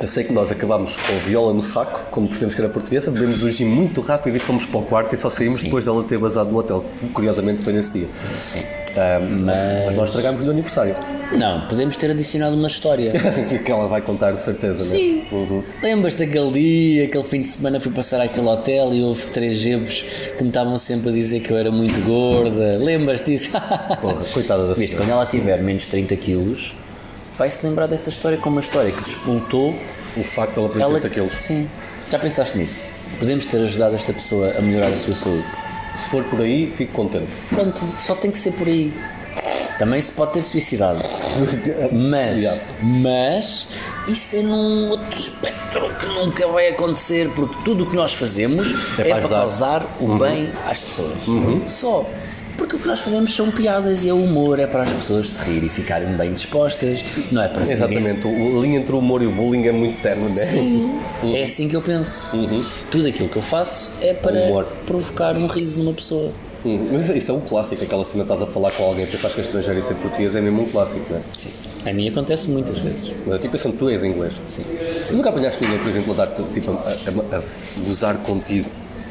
S3: Eu sei que nós acabámos com a viola no saco, como percebemos que era portuguesa, bebemos o gin muito rápido e fomos para o quarto e só saímos depois dela ter vazado no hotel. Curiosamente foi nesse dia. Ah, mas... nós estragámos-lhe o aniversário.
S2: Não, podemos ter adicionado uma história.
S3: que ela vai contar de certeza,
S2: Sim.
S3: não é? Uhum.
S2: Lembras daquele dia, aquele fim de semana fui passar àquele hotel e houve três gebos que me estavam sempre a dizer que eu era muito gorda. Lembras disso?
S3: Porra, coitada da
S2: Viste,
S3: senhora.
S2: quando ela tiver menos 30 quilos, vai-se lembrar dessa história como uma história que despoltou
S3: O facto dela
S2: ela.
S3: perder aqueles.
S2: Sim. Já pensaste nisso? Podemos ter ajudado esta pessoa a melhorar a sua saúde.
S3: Se for por aí, fico contente.
S2: Pronto, só tem que ser por aí. Também se pode ter suicidado. Mas,
S3: Yeah.
S2: mas, isso é num outro espectro que nunca vai acontecer, porque tudo o que nós fazemos
S3: É
S2: é,
S3: para
S2: para
S3: ajudar. Uhum.
S2: causar o bem às pessoas. Só. Porque o que nós fazemos são piadas e é humor, é para as pessoas se rirem e ficarem bem dispostas, não é para se ninguém se
S3: Exatamente. O- A linha entre o humor e o bullying é muito terno, não é?
S2: é assim que eu penso. Tudo aquilo que eu faço é para
S3: Uhum. Humor.
S2: provocar um riso numa pessoa.
S3: Hum, Mas isso é um clássico, aquela cena estás a falar com alguém, pensas que é estrangeiro e ser português é mesmo um clássico, não é?
S2: Sim. A mim acontece muitas vezes.
S3: Mas tipo pensando, tu és inglês.
S2: Sim.
S3: Nunca apanhaste ninguém, por exemplo, a dar-te, tipo, a, a- a gozar contigo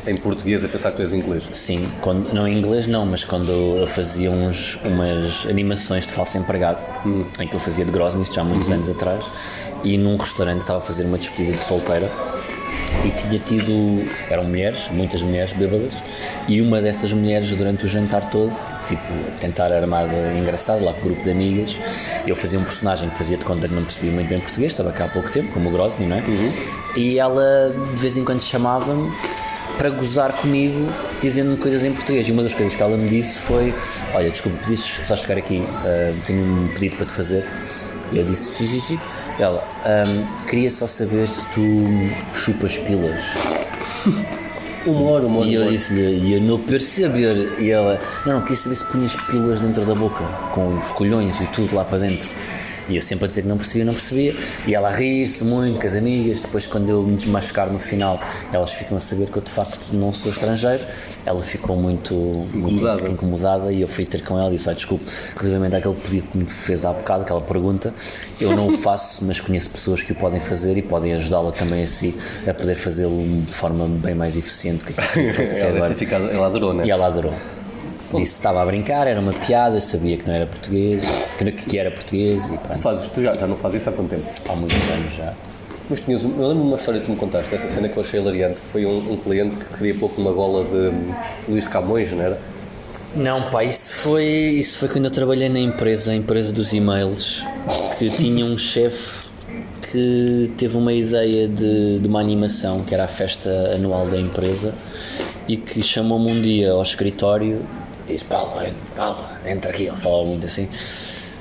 S3: em português a pensar que tu és inglês.
S2: Sim, quando, não em inglês não, mas quando eu fazia uns, umas animações de falso empregado, em que eu fazia de Grosny, isto já há muitos anos atrás, e num restaurante estava a fazer uma despedida de solteira e tinha tido. eram mulheres, muitas mulheres bêbadas, e uma dessas mulheres durante o jantar todo, tipo, tentar armada engraçado lá com o grupo de amigas, eu fazia um personagem que fazia de conta que não percebia muito bem português, estava cá há pouco tempo, como o Grosny, não é? E ela de vez em quando chamava-me para gozar comigo dizendo-me coisas em português. E uma das coisas que ela me disse foi: Olha, desculpa, pediste só chegar aqui, ah, tenho um pedido para te fazer. E eu disse: Sim, sim, sim. Ela: "Ahm, Queria só saber se tu chupas pilas.
S3: Humor, humor,
S2: E eu
S3: humor.
S2: disse-lhe: E eu não perceber. E ela: Não, não, queria saber se punhas pilas dentro da boca, com os colhões e tudo lá para dentro. E eu sempre a dizer que não percebia, não percebia. E ela a rir-se muito com as amigas. Depois, quando eu me desmascar no final, elas ficam a saber que eu de facto não sou estrangeiro. Ela ficou muito, muito
S3: Incomodada.
S2: incomodada e eu fui ter com ela e disse: ah, Desculpe, relativamente àquele pedido que me fez há bocado, aquela pergunta, eu não o faço, mas conheço pessoas que o podem fazer e podem ajudá-la também assim a poder fazê-lo de forma bem mais eficiente que aquilo que foi feito até
S3: Ela, deve
S2: agora.
S3: ter ficado, ela adorou, né?
S2: E ela adorou. Disse que estava a brincar, era uma piada, sabia que não era português, que, que era português e pronto,
S3: Fazes, tu já, já não fazes isso há quanto tempo?
S2: há muitos anos já.
S3: Mas tinhas, um- eu lembro-me de uma história que tu me contaste, essa cena que eu achei hilariante, que foi um, um cliente que queria pôr com uma gola de hum, Luís de Camões, não era?
S2: Não, pá, isso foi, isso foi quando eu trabalhei na empresa, a empresa dos e-mails, que tinha um chefe que teve uma ideia de, de uma animação, que era a festa anual da empresa, e que chamou-me um dia ao escritório e disse: Paulo, olha, Paulo, entra aqui, ele falava muito assim.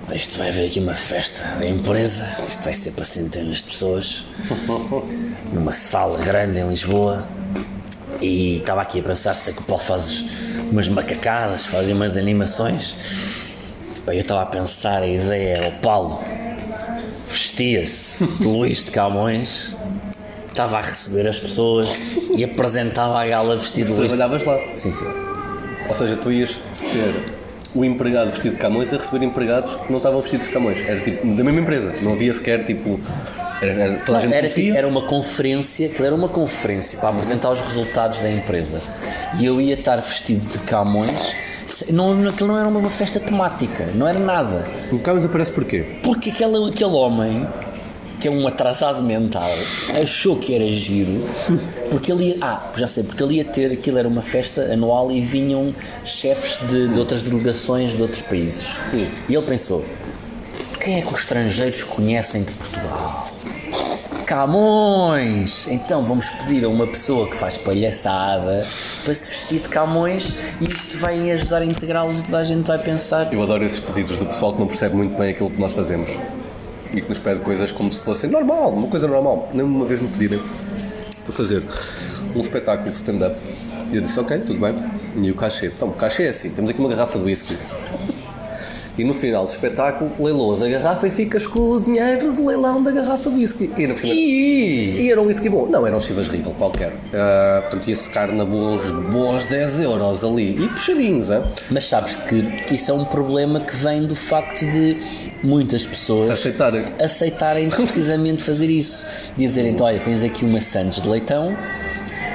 S2: "Olha, Isto vai haver aqui uma festa da empresa, isto vai ser para centenas de pessoas, numa sala grande em Lisboa. E estava aqui a pensar, sei que o Paulo faz umas macacadas, faz umas animações. Bem, eu estava a pensar, a ideia era o Paulo vestia-se de Luís de Camões, estava a receber as pessoas e apresentava a gala vestido de Luís. de-
S3: Trabalhavas lá.
S2: Sim, sim.
S3: Ou seja, tu ias ser o empregado vestido de Camões a receber empregados que não estavam vestidos de Camões. Era tipo da mesma empresa. Não havia sequer tipo. Era, era- toda a gente
S2: era,
S3: conhecia.
S2: tipo, era uma conferência, aquilo era uma conferência para apresentar os resultados da empresa. E eu ia estar vestido de Camões, se- não, aquilo não era uma festa temática, não era nada.
S3: O Camões aparece porquê?
S2: Porque aquele, aquele homem, que é um atrasado mental, achou que era giro, porque ele ia. Ah, já sei, porque ele ia ter. Aquilo era uma festa anual e vinham chefes de, de outras delegações de outros países. E ele pensou: quem é que os estrangeiros conhecem de Portugal? Camões! Então vamos pedir a uma pessoa que faz palhaçada para se vestir de Camões e isto vai ajudar a integrá-los e toda a gente vai pensar.
S3: Eu adoro esses pedidos do pessoal que não percebe muito bem aquilo que nós fazemos e que nos pede coisas como se fossem normal, uma coisa normal. Nem uma vez me pediram para fazer um espetáculo de stand-up e eu disse, ok, tudo bem. E o cachê? Então, o cachê é assim, temos aqui uma garrafa de whisky. E no final do espetáculo, leiloas a garrafa e ficas com o dinheiro do leilão da garrafa de whisky. E, ainda por cima-
S2: Ih!
S3: e era um whisky bom. Não, era um Chivas Regal qualquer. Ah, portanto, ia secar na bons, bons 10 euros ali. E puxadinhos, hã?
S2: Mas sabes que isso é um problema que vem do facto de muitas pessoas
S3: Aceitarem.
S2: aceitarem precisamente fazer isso. Dizerem, "Então, olha, tens aqui uma Santos de leitão,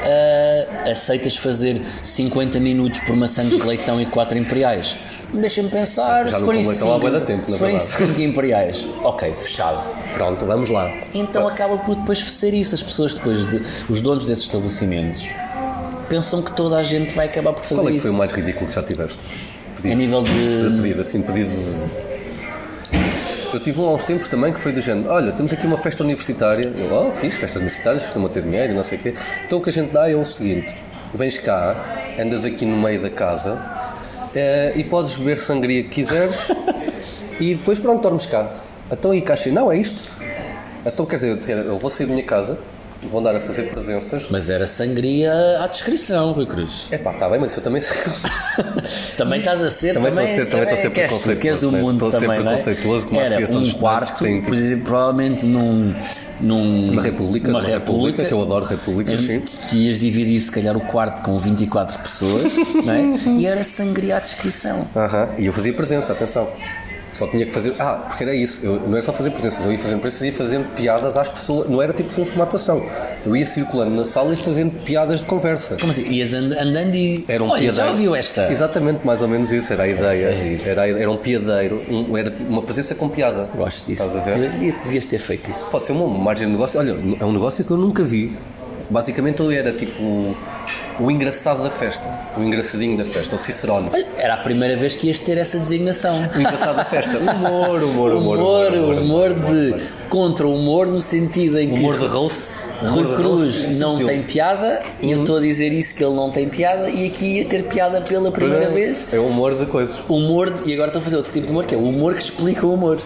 S2: ah, aceitas fazer 50 minutos por uma Santos de leitão e 4 imperiais? Deixa-me pensar,
S3: Já
S2: se
S3: não
S2: forem
S3: como leitão há bué de
S2: 5
S3: tempo, na
S2: se forem
S3: verdade.
S2: cinco imperiais, ok, fechado.
S3: Pronto, vamos lá. Tá.
S2: Então acaba por depois ser isso. As pessoas depois, de, os donos desses estabelecimentos, pensam que toda a gente vai acabar por fazer
S3: Qual é que foi o
S2: isso.
S3: mais ridículo que já tiveste?
S2: A nível de...
S3: De pedido, assim, de pedido. de- Eu tive um há uns tempos também que foi do género: olha, temos aqui uma festa universitária. Eu, oh, fiz festas universitárias, estão a ter dinheiro, não sei o quê. Então o que a gente dá é o seguinte: vens cá, andas aqui no meio da casa eh, e podes beber sangria que quiseres e depois pronto, dormes cá. Então e caixa, não, é isto. Então quer dizer, eu vou sair da minha casa, vou andar a fazer presenças.
S2: Mas era sangria à descrição, Rui Cruz.
S3: Epá, está bem, mas eu também sei.
S2: Também estás a ser,
S3: Também
S2: também,
S3: estou a ser- também estou a ser
S2: queres,
S3: preconceituoso,
S2: queres o
S3: né?
S2: mundo
S3: Estou a ser
S2: também, não é?
S3: preconceituoso com uma
S2: Era
S3: associação de
S2: um
S3: estudantes que
S2: quarto,
S3: tem-
S2: por exemplo, provavelmente num... num
S3: Uma república,
S2: uma
S3: uma república, que eu adoro repúblicas,
S2: em
S3: sim.
S2: que ias dividir se calhar o quarto com 24 pessoas, não é? E era sangria à descrição.
S3: Aham, E eu fazia presença, atenção. Só tinha que fazer. Ah, porque era isso. Eu, não era só fazer presenças, eu ia fazendo presenças e ia fazendo piadas às pessoas. Não era tipo filmes como atuação. Eu ia circulando na sala e fazendo piadas de conversa.
S2: Como assim? Ias and- andando e.
S3: Era um
S2: Olha,
S3: piadeiro.
S2: já ouviu esta?
S3: Exatamente, mais ou menos isso, era a ideia.
S2: isso é giro.
S3: Era, era um piadeiro, um- era uma presença com piada.
S2: Gosto disso.
S3: Estás a ver?
S2: Devias, devias ter feito isso.
S3: Pode ser uma margem de negócio. Olha, é um negócio que eu nunca vi. Basicamente eu era tipo o- o engraçado da festa, o engraçadinho da festa, o cicerone.
S2: Olha, Era a primeira vez que ias ter essa designação.
S3: O engraçado da festa. Humor, humor, humor.
S2: Humor, humor de contra-humor no sentido em que
S3: Humor de roast.
S2: Rui
S3: Humor de roast
S2: Cruz não
S3: sutil.
S2: tem piada e eu estou a dizer isso que ele não tem piada e aqui ia ter piada pela primeira vez.
S3: É o humor de coisas.
S2: Humor, e agora estou a fazer outro tipo de humor que é o humor que explica o humor.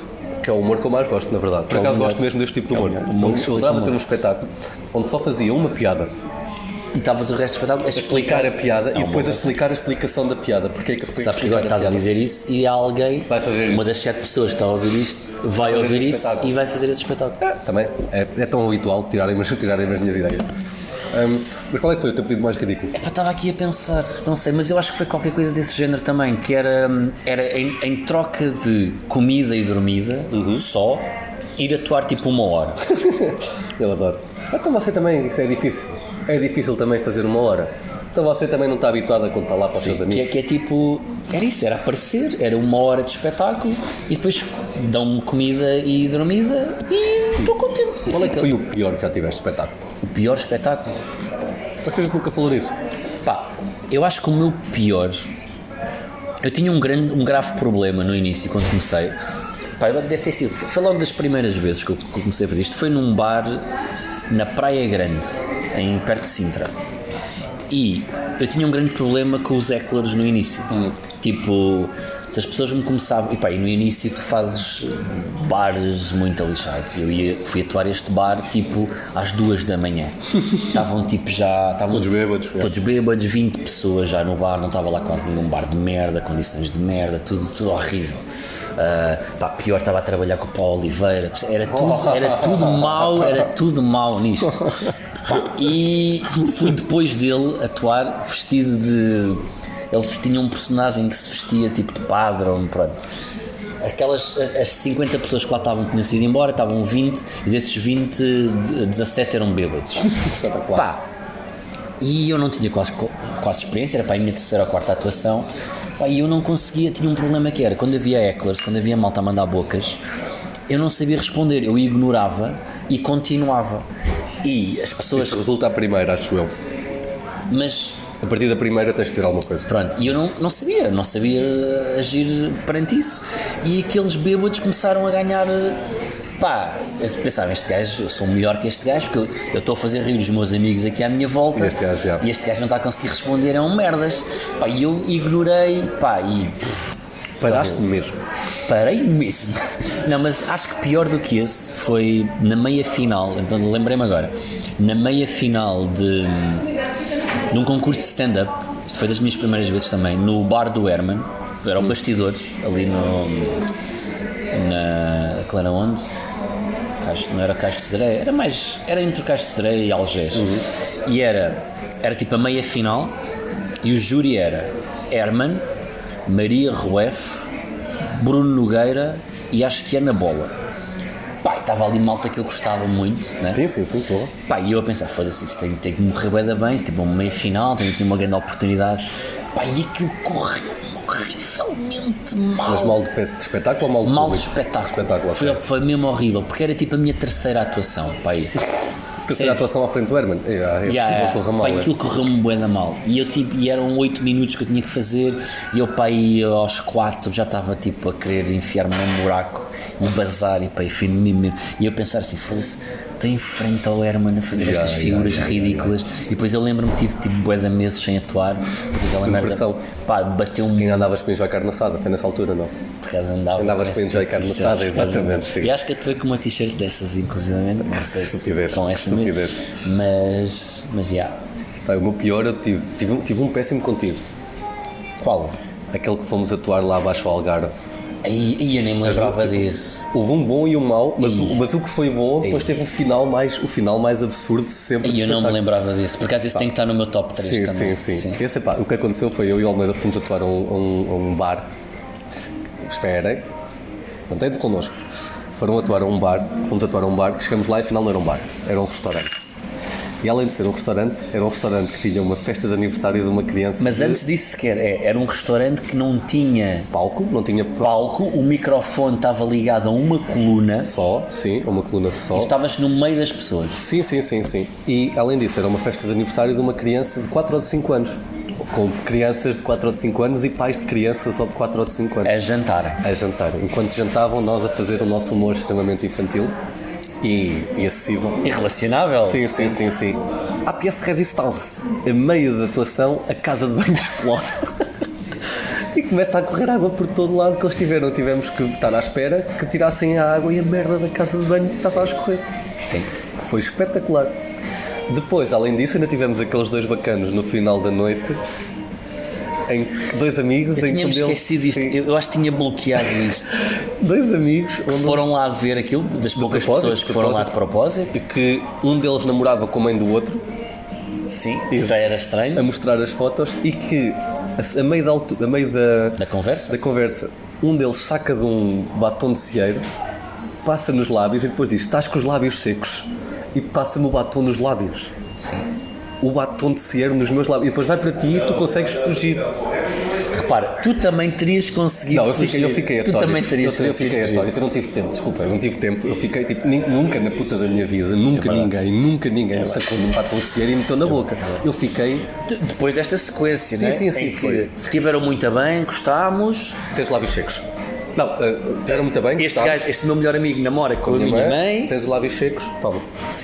S3: Que é o humor que eu mais gosto, na verdade. Por
S2: É o
S3: acaso
S2: melhor.
S3: gosto mesmo deste tipo de
S2: É o
S3: humor.
S2: melhor.
S3: Eu-
S2: O humor que
S3: Eu
S2: explica
S3: adorava
S2: o
S3: ter um
S2: humor.
S3: espetáculo onde só fazia uma piada.
S2: E estavas o resto do espetáculo a
S3: Explicar
S2: explicar.
S3: a piada e
S2: uma
S3: depois a
S2: boa.
S3: explicar a explicação da piada. Porque é que eu fui
S2: Sabes que
S3: explicar
S2: agora estás a
S3: piada.
S2: dizer isso e há alguém,
S3: Vai fazer
S2: uma
S3: isso.
S2: das sete pessoas que está a ouvir isto, vai
S3: Fazer
S2: ouvir
S3: esse
S2: isso
S3: espetáculo.
S2: e vai fazer esse espetáculo.
S3: Ah, Também é, é tão habitual tirarem-me tirarem as minhas ideias. Ahm, mas qual é que foi o teu pedido mais ridículo?
S2: Epá, estava aqui a pensar, não sei, mas eu acho que foi qualquer coisa desse género também, que era, hum, era em, em troca de comida e dormida,
S3: Uhum.
S2: só, ir atuar tipo uma hora.
S3: Eu adoro. Ah, Então você também, isso é difícil. É difícil também fazer uma hora. Então você também não está habituado a contar lá para os seus
S2: que, é,
S3: amigos.
S2: que é tipo, era isso, era aparecer, era uma hora de espetáculo e depois dão-me comida e dormida e estou contente.
S3: Qual é que foi o pior que já tiveste espetáculo?
S2: o pior espetáculo?
S3: Porque a gente nunca falou nisso.
S2: Pá, eu acho que o meu pior. Eu tinha um, grande, um grave problema no início, quando comecei. Pá, eu- deve ter sido. Foi logo das primeiras vezes que eu, que eu comecei a fazer isto. Foi num bar na Praia Grande, em, perto de Sintra. E eu tinha um grande problema com os hecklers no início.
S3: Hum.
S2: Tipo, se as pessoas me começavam. E pá, e no início tu fazes bares muito alixados. Eu ia, fui atuar este bar tipo às duas da manhã. Estavam tipo já. Estavam
S3: Todos bêbados. é.
S2: Todos bêbados, 20 pessoas já no bar, não estava lá quase nenhum bar de merda, condições de merda, tudo, tudo horrível. Ah, pá, pior estava a trabalhar com o Paulo Oliveira, era tudo, era tudo mau, era tudo mau nisto. Pá, e fui depois dele atuar vestido de. Ele tinha um personagem que se vestia tipo de padre, ou pronto aquelas as 50 pessoas que lá estavam que tinham sido embora, estavam 20, e desses 20, de- 17 eram bêbados.
S3: Espetacular.
S2: Pá, e eu não tinha quase, co- quase experiência, era para a minha terceira ou quarta atuação, Pá, e eu não conseguia, tinha um problema que era, quando havia hecklers, quando havia malta a mandar bocas, eu não sabia responder, eu ignorava e continuava. E as pessoas.
S3: Isso resulta a primeira, acho eu.
S2: Mas
S3: A partir da primeira tens de ter alguma coisa.
S2: Pronto, e eu não, não sabia, não sabia agir perante isso. E aqueles bêbados começaram a ganhar. eh, Pá, eles pensaram, este gajo, eu sou melhor que este gajo, porque eu- eu estou a fazer rir os meus amigos aqui à minha volta.
S3: E este gajo, já.
S2: E este gajo não está a conseguir responder, é um merdas. Pá, e eu ignorei, pá, e
S3: Paraste-me mesmo.
S2: parei mesmo. Não, mas acho que pior do que esse foi na meia final, então lembrei-me agora, na meia final de, de um concurso de stand-up, isto foi das minhas primeiras vezes também, no bar do Herman, eram bastidores, ali no. na. aquela era onde? Caixo- não era Caixo de Sereia, era mais. era entre Caixo de Sereia e Algés.
S3: Uhum.
S2: E era. era tipo a meia final, e o júri era Herman, Maria Rueff, Bruno Nogueira e acho que Ana Bola. Pá, e estava ali malta que eu gostava muito, né?
S3: Sim, sim, sim, estou.
S2: Pá, e eu a pensar, foda-se, isto tem, tem que morrer bué da bem, tipo, uma meia final, tenho aqui uma grande oportunidade. Pá, e aquilo corre horrivelmente mal.
S3: Mas mal de pe- de espetáculo ou mal de
S2: Mal de
S3: público?
S2: espetáculo.
S3: Espetáculo,
S2: foi,
S3: ok.
S2: foi mesmo horrível, porque era tipo a minha terceira atuação, pá. e-
S3: Terceira atuação à frente do Herman. É, é
S2: Yeah,
S3: possível que corra mal,
S2: pá,
S3: é.
S2: aquilo correu-me bué da mal. E, eu, tipo, e eram 8 minutos que eu tinha que fazer, e eu, pá, aí aos 4 já estava tipo a querer enfiar-me num buraco e bazar, e pá, e fui no mim mesmo. E eu pensar assim, foda-se, estou em frente ao Herman a fazer
S3: Yeah,
S2: estas
S3: yeah,
S2: figuras
S3: yeah,
S2: ridículas. E depois eu lembro-me, tive tipo bué da meses sem atuar, porque aquela merda,
S3: Depressão.
S2: pá, bateu-me
S3: Ainda andavas com o enjoy carne assada, foi nessa altura, não?
S2: por causa andava.
S3: Andavas
S2: com
S3: com
S2: esse
S3: o Enjoy
S2: tipo de
S3: Carlos
S2: t-shirts,
S3: Sada,
S2: por causa-
S3: exatamente, sim.
S2: E acho que eu tive com uma t-shirt dessas, inclusivamente, não sei se
S3: Estupidez,
S2: com essa
S3: estupidez.
S2: mesmo. Mas, mas já.
S3: Pá, o meu pior eu tive. Tive um, tive um péssimo contigo.
S2: Qual?
S3: Aquele que fomos atuar lá abaixo ao Algarve.
S2: Aí aí eu nem me lembrava
S3: tipo,
S2: disso.
S3: Houve um bom e um mau, mas, o,
S2: Ih.
S3: mas o que foi bom, depois teve o final mais, o final mais absurdo de sempre.
S2: Aí
S3: do
S2: eu não me
S3: espetáculo.
S2: lembrava disso, porque às vezes tem que estar no meu top 3
S3: Sim,
S2: também.
S3: sim, sim, Esse, pá, o que aconteceu foi eu e o Almeida fomos atuar a um, a um- a um bar. Esperem. Contente connosco. Foram atuar a um bar, fomos atuar a um bar, chegamos lá e afinal não era um bar, era um restaurante. E além de ser um restaurante, era um restaurante que tinha uma festa de aniversário de uma criança.
S2: Mas
S3: de
S2: antes disso sequer, é, era um restaurante que não tinha
S3: Palco, não tinha pa-
S2: palco, o microfone estava ligado a uma coluna,
S3: só, sim, uma coluna só.
S2: e tu estavas no meio das pessoas.
S3: Sim, sim, sim, sim. E além disso, era uma festa de aniversário de uma criança de 4 ou de 5 anos. Com crianças de 4 ou de 5 anos e pais de crianças só de 4 ou de 5 anos.
S2: A jantar.
S3: A jantar. Enquanto jantavam, nós a fazer o nosso humor extremamente infantil e, e acessível.
S2: Irrelacionável.
S3: Sim, sim, sim, sim. A PS Resistance. A meio da atuação, a casa de banho explode. E começa a correr água por todo lado que eles tiveram. Tivemos que estar à espera que tirassem a água e a merda da casa de banho estava a escorrer.
S2: Sim.
S3: Foi espetacular. Depois, além disso, ainda tivemos aqueles dois bacanos no final da noite. Em que dois amigos em que
S2: Tínhamos
S3: um deles-
S2: esquecido isto,
S3: Sim.
S2: eu eu acho que tinha bloqueado isto.
S3: Dois amigos onde
S2: Foram lá ver aquilo, das poucas
S3: propósito,
S2: pessoas que
S3: de
S2: foram lá de
S3: propósito.
S2: propósito.
S3: que um deles namorava com a mãe do outro
S2: Sim,
S3: Isso.
S2: já era
S3: a
S2: estranho.
S3: mostrar as fotos e que a, a meio, da, altu- a meio da,
S2: Da conversa?
S3: da conversa um deles saca de um batom de cieiro, passa nos lábios e depois diz: Estás com os lábios secos e passa-me o batom nos lábios. O batom de cieiro nos meus lábios. E depois vai para ti e tu consegues fugir.
S2: Repara, tu também terias conseguido.
S3: Não, eu fiquei, eu
S2: fugir.
S3: fiquei
S2: Tu
S3: atónito.
S2: também terias
S3: eu, eu
S2: conseguido.
S3: fiquei
S2: fugir.
S3: atónito. Eu não tive tempo, desculpa, eu não tive tempo. Eu fiquei tipo, nin- nunca na puta da minha vida, nunca ninguém, nunca ninguém me sacou de um batom de cieiro e meteu na boca. Eu fiquei.
S2: De- Depois desta sequência,
S3: Sim,
S2: né?
S3: sim, sim,
S2: em que
S3: foi.
S2: estiveram muito bem, gostámos.
S3: Tens lábios secos. Não, ah, fizeram muito bem,
S2: Este,
S3: gostaram. é?
S2: gajo, é este meu melhor amigo namora com a minha, mãe.
S3: Tens os lábios secos, toma.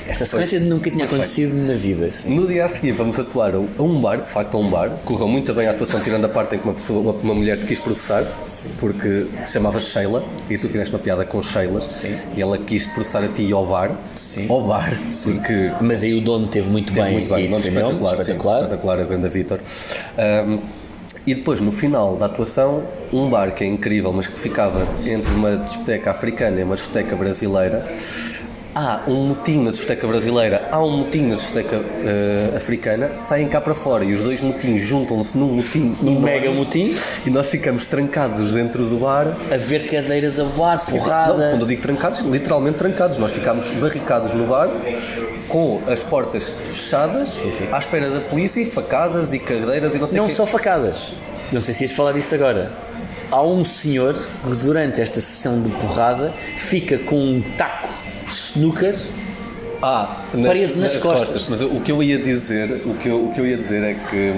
S2: Esta sequência nunca tinha acontecido na vida. Assim.
S3: No dia a seguir vamos atuar a um bar, de facto a um bar. Correu muito bem a atuação, tirando a parte em que uma, pessoa, uma, uma mulher te quis processar, porque se chamava Sheila, e tu fizeste uma piada com Sheila, e ela quis processar a ti e ao bar,
S2: Sim.
S3: ao bar, porque
S2: Mas aí o dono teve muito bem.
S3: muito bem,
S2: e
S3: não,
S2: defendeu-me,
S3: espetacular, sim,
S2: espetacular.
S3: espetacular, a grande Vitor. Ahm, e depois, no final da atuação, um bar que é incrível, mas que ficava entre uma discoteca africana e uma discoteca brasileira. Há um motim na discoteca brasileira, há um motim na discoteca eh, africana, saem cá para fora e os dois motins juntam-se num motim
S2: Um
S3: enorme
S2: mega motim,
S3: e nós ficamos trancados dentro do bar
S2: a ver cadeiras a voar,
S3: não, quando eu
S2: porrada.
S3: digo trancados, literalmente trancados. Nós ficámos barricados no bar, com as portas fechadas, à espera da polícia, e facadas e cadeiras e não sei o
S2: Não
S3: quê.
S2: só facadas. Não sei se ias falar disso agora. Há um senhor que durante esta sessão de porrada fica com um taco de snooker.
S3: Ah,
S2: preso nas costas.
S3: Mas o que eu ia dizer, o que eu, o que eu ia dizer é que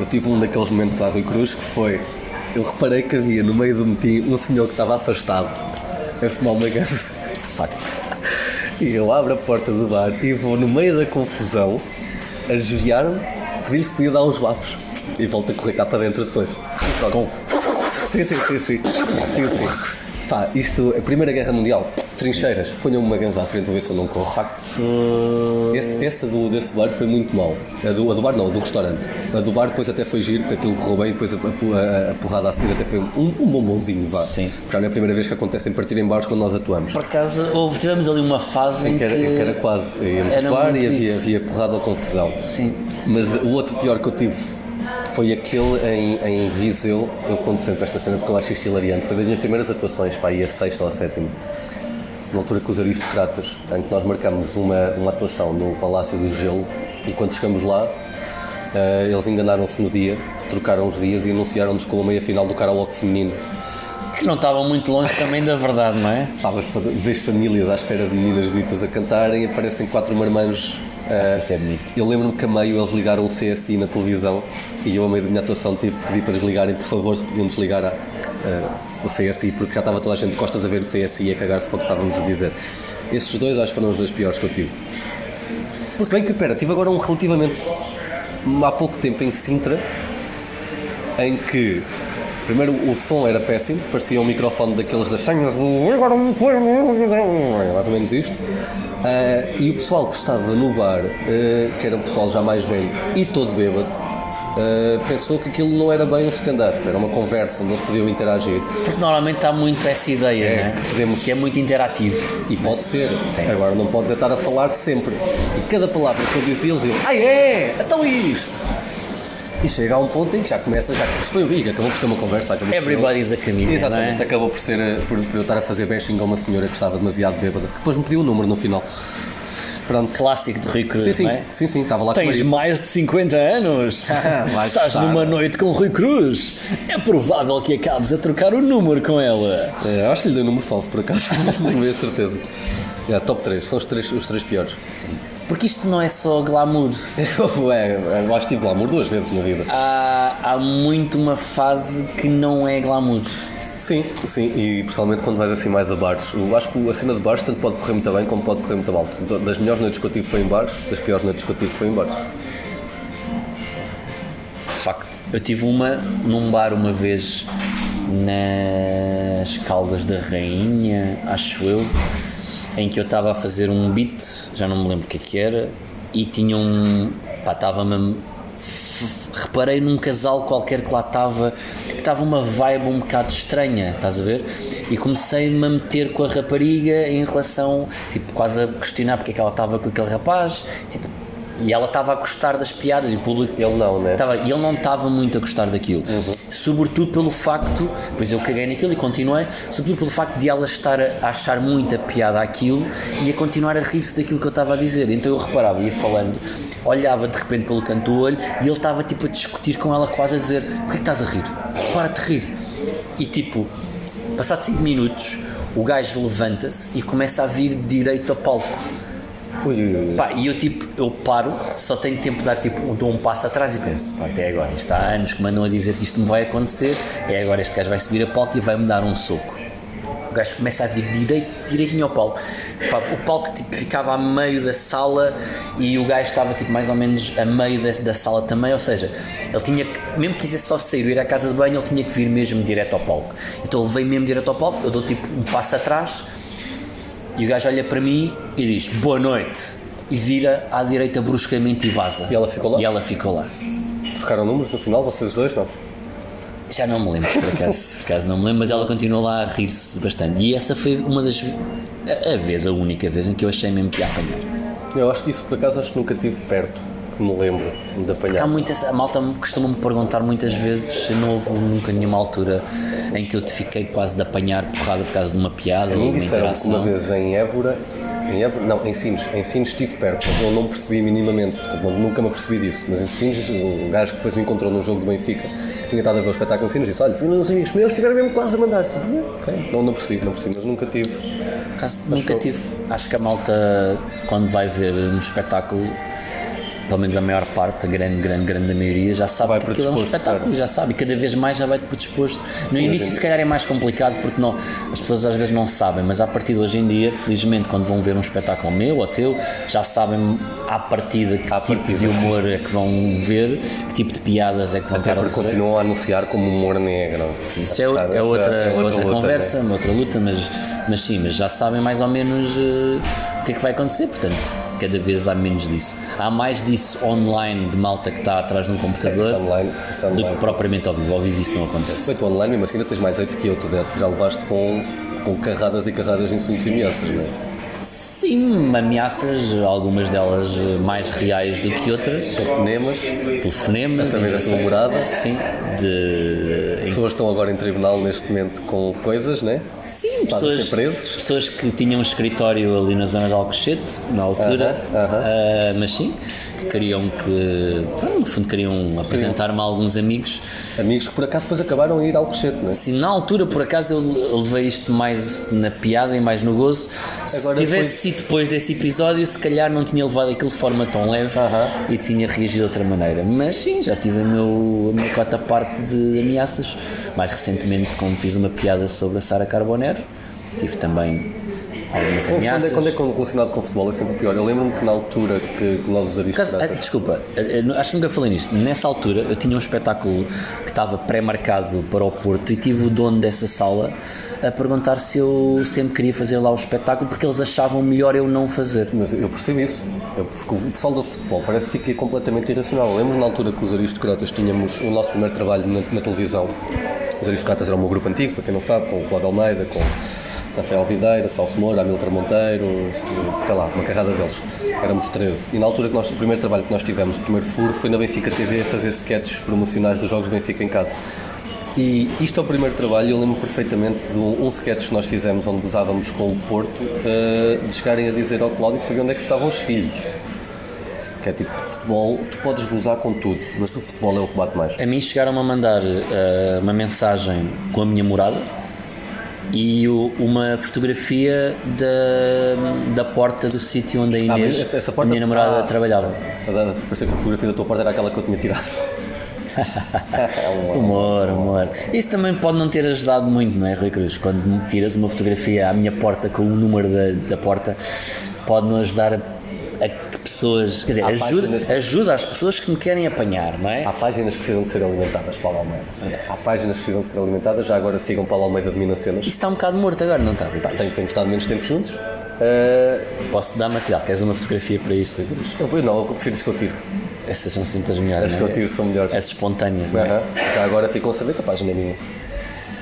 S3: eu tive um daqueles momentos à Rui Cruz que foi. Eu reparei que havia no meio do metim um senhor que estava afastado a fumar uma gansa. De facto. E eu abro a porta do bar e vou no meio da confusão a desviar-me, pedir-lhe se podia dar uns bafos. E volto a correr cá para dentro depois. E pronto. Sim, sim, sim, sim. Sim, sim. Pá, isto, a Primeira Guerra Mundial, trincheiras, ponham-me uma ganza à frente a ver se eu não corro. Esse, essa do, desse bar foi muito mau. A do, a do bar não, a do restaurante. A do bar depois até foi giro, porque aquilo correu bem, depois a, a- a porrada a seguir até foi um, um bombonzinho, vá.
S2: Sim.
S3: Já não é a primeira vez que acontece em partir em bares quando nós atuamos.
S2: Por acaso, houve- tivemos ali uma fase em
S3: Que
S2: que.
S3: era, que era quase, eh, íamos
S2: Era
S3: atuar
S2: muito
S3: e havia,
S2: isso.
S3: havia porrada ou confusão.
S2: Sim.
S3: Mas o outro pior que eu tive foi aquele em, em Viseu. Eu conto sempre esta cena porque eu acho isto hilariante. Foi das minhas primeiras atuações, pá, aí a sexta ou a sétima. Na altura com os aristocratas, em que nós marcamos uma, uma atuação no Palácio do Gelo e quando chegamos lá, eh, eles enganaram-se no dia, trocaram os dias e anunciaram-nos como a meia-final do karaoke feminino.
S2: Que não estava muito longe também da verdade, não é?
S3: Estavas, vês famílias à espera de meninas bonitas a cantarem e aparecem quatro marmãs. ah,
S2: isso é bonito.
S3: Eu lembro-me que a meio eles ligaram o CSI na televisão e eu, a meio da minha atuação, tive que pedir para desligarem, por favor, se podiam desligar a- a- o CSI, porque já estava toda a gente de costas a ver o CSI e a cagar-se para o que estávamos a dizer. Estes dois acho que foram os dois piores que eu tive. Se bem que, pera, tive agora um relativamente há pouco tempo em Sintra, em que primeiro o som era péssimo, parecia um microfone daqueles das senhas, agora um coelho", mais ou menos isto. Ah, e o pessoal que estava no bar, ah, que era um pessoal já mais velho e todo bêbado, ah, pensou que aquilo não era bem um stand-up, era uma conversa onde eles podiam interagir.
S2: Porque normalmente está muito essa ideia,
S3: É,
S2: não é?
S3: podemos-
S2: Que é muito interativo.
S3: E pode ser.
S2: Sim.
S3: Agora não podes é estar a Ah, falar sempre. E cada palavra que eu dizia, eles diziam, ai é, então é isto. E chega a um ponto em que já começa, já isto foi o Big, acabou por ser uma conversa. Acabou por ser-
S2: Everybody's a caminho,
S3: Exatamente,
S2: não é?
S3: acabou por ser eh, por, por eu estar a fazer bashing a uma senhora que estava demasiado bêbada, que depois me pediu um número no final. Pronto.
S2: Clássico de Rui Cruz,
S3: Sim, sim,
S2: não é?
S3: sim, sim, estava lá com o
S2: Tens
S3: marido.
S2: mais de 50 anos?
S3: Vai
S2: Estás
S3: gostar.
S2: numa noite com Rui Cruz? É provável que acabes a trocar o número com ela.
S3: É, acho que lhe dei um número falso, por acaso, mas não tenho a certeza. Já, top 3, são os três, os três piores.
S2: Porque isto não é só glamour.
S3: Eu, é, eu acho que tive glamour duas vezes na vida.
S2: Há, há muito uma fase que não é glamour.
S3: Sim, sim, e principalmente quando vais assim mais a bares. Eu acho que a cena de bares tanto pode correr muito bem como pode correr muito mal. Das melhores noites que eu tive foi em bares, das piores noites que eu tive foi em bares.
S2: Fuck. Eu tive uma num bar uma vez nas Caldas da Rainha, acho eu, em que eu estava a fazer um beat, já não me lembro o que é que era, e tinha um. pá, estava-me. Reparei num casal qualquer que lá estava, que estava uma vibe um bocado estranha, estás a ver? E comecei-me a meter com a rapariga em relação, tipo, quase a questionar porque é que ela estava com aquele rapaz, tipo, e ela estava a gostar das piadas, e o público
S3: Ele não, né?
S2: Tava- e ele não estava muito a gostar daquilo. Sobretudo pelo facto, pois eu caguei naquilo e continuei, sobretudo pelo facto de ela estar a achar muita piada aquilo e a continuar a rir-se daquilo que eu estava a dizer. Então eu reparava, ia falando, olhava de repente pelo canto do olho e ele estava tipo a discutir com ela, quase a dizer: Porquê que estás a rir? Para de rir. E tipo, passado 5 minutos, o gajo levanta-se e começa a vir direito ao palco.
S3: Ui, ui, ui.
S2: Pá, e eu tipo, eu paro, só tenho tempo de dar tipo, dou um passo atrás e penso, pá, até agora, isto há anos que mandam a dizer que isto me vai acontecer, é agora este gajo vai subir a palco e vai-me dar um soco. O gajo começa a vir direito, direitinho ao palco. Pá, o palco tipo, ficava a meio da sala e o gajo estava tipo, mais ou menos a meio da, da sala também, ou seja, ele tinha que, mesmo que quisesse só sair ou ir à casa de banho, ele tinha que vir mesmo direto ao palco. Então ele veio mesmo direto ao palco, eu dou tipo um passo atrás e o gajo olha para mim e diz boa noite. E vira à direita bruscamente e vaza.
S3: E ela ficou lá?
S2: E ela ficou lá.
S3: Trocaram números no final, vocês dois não?
S2: Já não me lembro, por acaso, por acaso não me lembro, mas ela continuou lá a rir-se bastante. E essa foi uma das. ve- A, a vez, a única vez em que eu achei mesmo que ia apanhar.
S3: Eu acho que isso por acaso acho que nunca tive perto, que me lembro de
S2: Há
S3: apanhar.
S2: muita, a malta me- costuma-me perguntar muitas vezes, não houve nunca nenhuma altura em que eu te fiquei quase de apanhar porrada por causa de uma piada
S3: A
S2: ou
S3: mim
S2: uma
S3: disseram que uma
S2: interação.
S3: vez em Évora, em Évora, não, em Sines, em Sines estive perto, mas eu não percebi minimamente, portanto não- nunca me apercebi disso, mas em Sines, um gajo que depois me encontrou num jogo do Benfica, que tinha estado a ver o espetáculo em Sines, disse, olha, tinha uns amigos meus, estiveram mesmo quase a mandar, Ok, não, não percebi, não percebi, mas nunca tive.
S2: Por acaso, nunca tive. Acho que a malta, quando vai ver um espetáculo, pelo menos a maior parte, a grande, grande, grande maioria, já sabe
S3: Vai
S2: que aquilo é um
S3: predisposto,
S2: espetáculo,
S3: claro.
S2: já sabe, e cada vez mais já vai predisposto. No início,
S3: hoje em
S2: se calhar, é mais complicado porque não, as pessoas às vezes não sabem, mas a partir de hoje em dia, felizmente, quando vão ver um espetáculo meu ou teu, já sabem à partida que tipo de humor é que vão ver, que tipo de piadas é que vão
S3: Até
S2: estar a
S3: porque
S2: receber.
S3: continuam a anunciar como um humor negro.
S2: Sim, isso é, o- é outra, outra né? conversa, uma outra luta, mas, mas sim, mas já sabem mais ou menos eh, o que é que vai acontecer, portanto, cada vez há menos disso. Há mais disso online de malta que está atrás de um computador
S3: Isso online, isso
S2: do que
S3: online.
S2: propriamente ao vivo. Ao vivo isso não acontece.
S3: Mas tu online mesmo assim ainda tens mais 8 que eu, tu já- já levaste com, com carradas e carradas de insultos e ameaças, não é?
S2: Sim, ameaças, algumas delas eh, mais reais do que outras.
S3: Telefonemas,
S2: Telefonemas.
S3: A saber a
S2: e-
S3: tua morada.
S2: Sim, de
S3: pessoas estão agora em tribunal neste momento com coisas, né?
S2: Sim,
S3: Para ser
S2: pessoas,
S3: presos.
S2: pessoas que tinam um escritório ali na zona de Alcochete, na altura,
S3: Aham,
S2: ah, mas sim, que queriam que, pronto, no fundo, queriam apresentar-me a alguns amigos.
S3: Amigos que por acaso depois acabaram a ir ao cochete, não é?
S2: Assim, na altura, por acaso, eu levei isto mais na piada e mais no gozo.
S3: Agora,
S2: se tivesse
S3: depois-
S2: sido depois desse episódio, se calhar não tinha levado aquilo de forma tão leve
S3: Aham.
S2: e tinha reagido de outra maneira. Mas sim, já tive a, meu, a minha cota parte de ameaças. Mais recentemente, como fiz uma piada sobre a Sara Carbonero, tive também algumas
S3: Quando é,
S2: ameaças.
S3: quando é com- relacionado com futebol é sempre o pior. Eu lembro-me que na altura que, que nós os
S2: Por acaso, ah,
S3: aristocratas.
S2: desculpa, ah, ah, não- acho que nunca falei nisto. Nessa altura eu tinha um espetáculo que estava pré-marcado para o Porto e tive o dono dessa sala a perguntar se eu sempre queria fazer lá o espetáculo porque eles achavam melhor eu não fazer.
S3: Mas eu percebo isso, Eu- porque o pessoal do futebol parece que fica completamente irracional. Eu lembro na altura que os aristocratas tínhamos o nosso primeiro um trabalho na, na televisão. Os aristocratas era o meu grupo antigo, para quem não sabe, com o Cláudio Almeida, com Rafael Videira, Celso Moura, Amilcar Monteiro, sei lá, uma carrada deles. Éramos 13. E na altura que nós, o primeiro trabalho que nós tivemos, o primeiro furo, foi na Benfica TV a fazer sketches promocionais dos jogos Benfica em casa. E isto é o primeiro trabalho, eu lembro perfeitamente de um, um sketch que nós fizemos onde gozávamos com o Porto, eh, de chegarem a dizer ao Cláudio que sabiam onde é que estavam os filhos. Que é tipo, futebol, tu podes gozar com tudo, mas o futebol é o que bate mais.
S2: A mim chegaram-me a mandar eh, uma mensagem com a minha morada e o- uma fotografia da, da porta do sítio onde a
S3: Ah,
S2: Inês,
S3: mas essa- essa porta-
S2: minha namorada,
S3: Ah.
S2: trabalhava.
S3: Adana, Parecia que a fotografia da tua parte era aquela que eu tinha tirado. É
S2: Humor, humor. Isso também pode não ter ajudado muito, não é, Rui Cruz? Quando me tiras uma fotografia à minha porta com o número da, da porta, pode não ajudar a, a que pessoas. Quer dizer,
S3: Há
S2: ajuda,
S3: páginas-
S2: ajuda as pessoas que me querem apanhar, não é?
S3: Há páginas que precisam de ser alimentadas, Paulo Almeida. Há páginas que precisam de ser alimentadas, já agora sigam Paulo Almeida de Minas Cenas.
S2: Isso está um bocado morto agora, não está? Rui Cruz?
S3: Tenho, tenho estado menos tempo juntos. Eh,
S2: Posso dar material? Queres uma fotografia para isso, Rui Cruz?
S3: eu, não, eu prefiro discutir.
S2: Essas são sempre as melhores.
S3: As
S2: não
S3: que
S2: é?
S3: eu tiro são melhores.
S2: As espontâneas, não é?
S3: Aham. Já agora ficam a saber que a página é minha.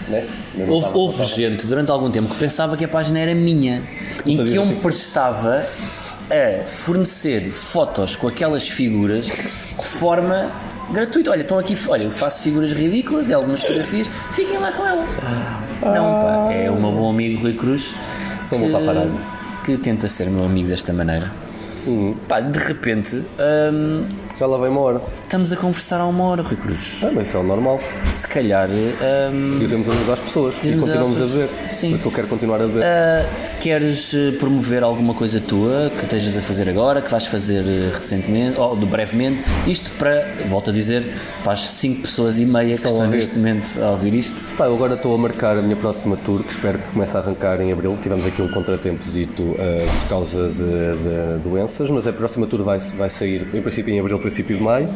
S3: Né? Eu não
S2: Houve,
S3: estava-
S2: houve gente durante algum tempo que pensava que a página era minha, em
S3: fazias
S2: que eu
S3: o
S2: me
S3: tipo-
S2: prestava a fornecer fotos com aquelas figuras de forma gratuita. Olha, estão aqui, olha, eu faço figuras ridículas e algumas fotografias, fiquem lá com elas. Não, pá, é o meu bom amigo Rui Cruz
S3: Sou um paparazzi. Uhum.
S2: que tenta ser meu amigo desta maneira. Pá, de repente hum,
S3: Já lá vem uma hora.
S2: estamos a conversar há uma hora, Rui Cruz.
S3: Ah, mas isso é o normal.
S2: Se calhar. hum,
S3: Dizemos adeus às pessoas e
S2: Dizemos
S3: continuamos a
S2: adeus às
S3: beber.
S2: pessoas. Sim.
S3: Porque eu quero continuar a beber.
S2: Ah, queres eh, promover alguma coisa tua que estejas a fazer agora, que vais fazer eh, recentemente, ou de brevemente? Isto para, volto a dizer, para as 5 pessoas e meia que
S3: a
S2: estão
S3: ouvir.
S2: neste momento a ouvir isto.
S3: Pá, eu agora estou a marcar a minha próxima tour, que espero que comece a arrancar em abril. Tivemos aqui um contratempozito eh, por causa de, de doenças, mas a próxima tour vai, vai sair em princípio em abril, princípio de maio.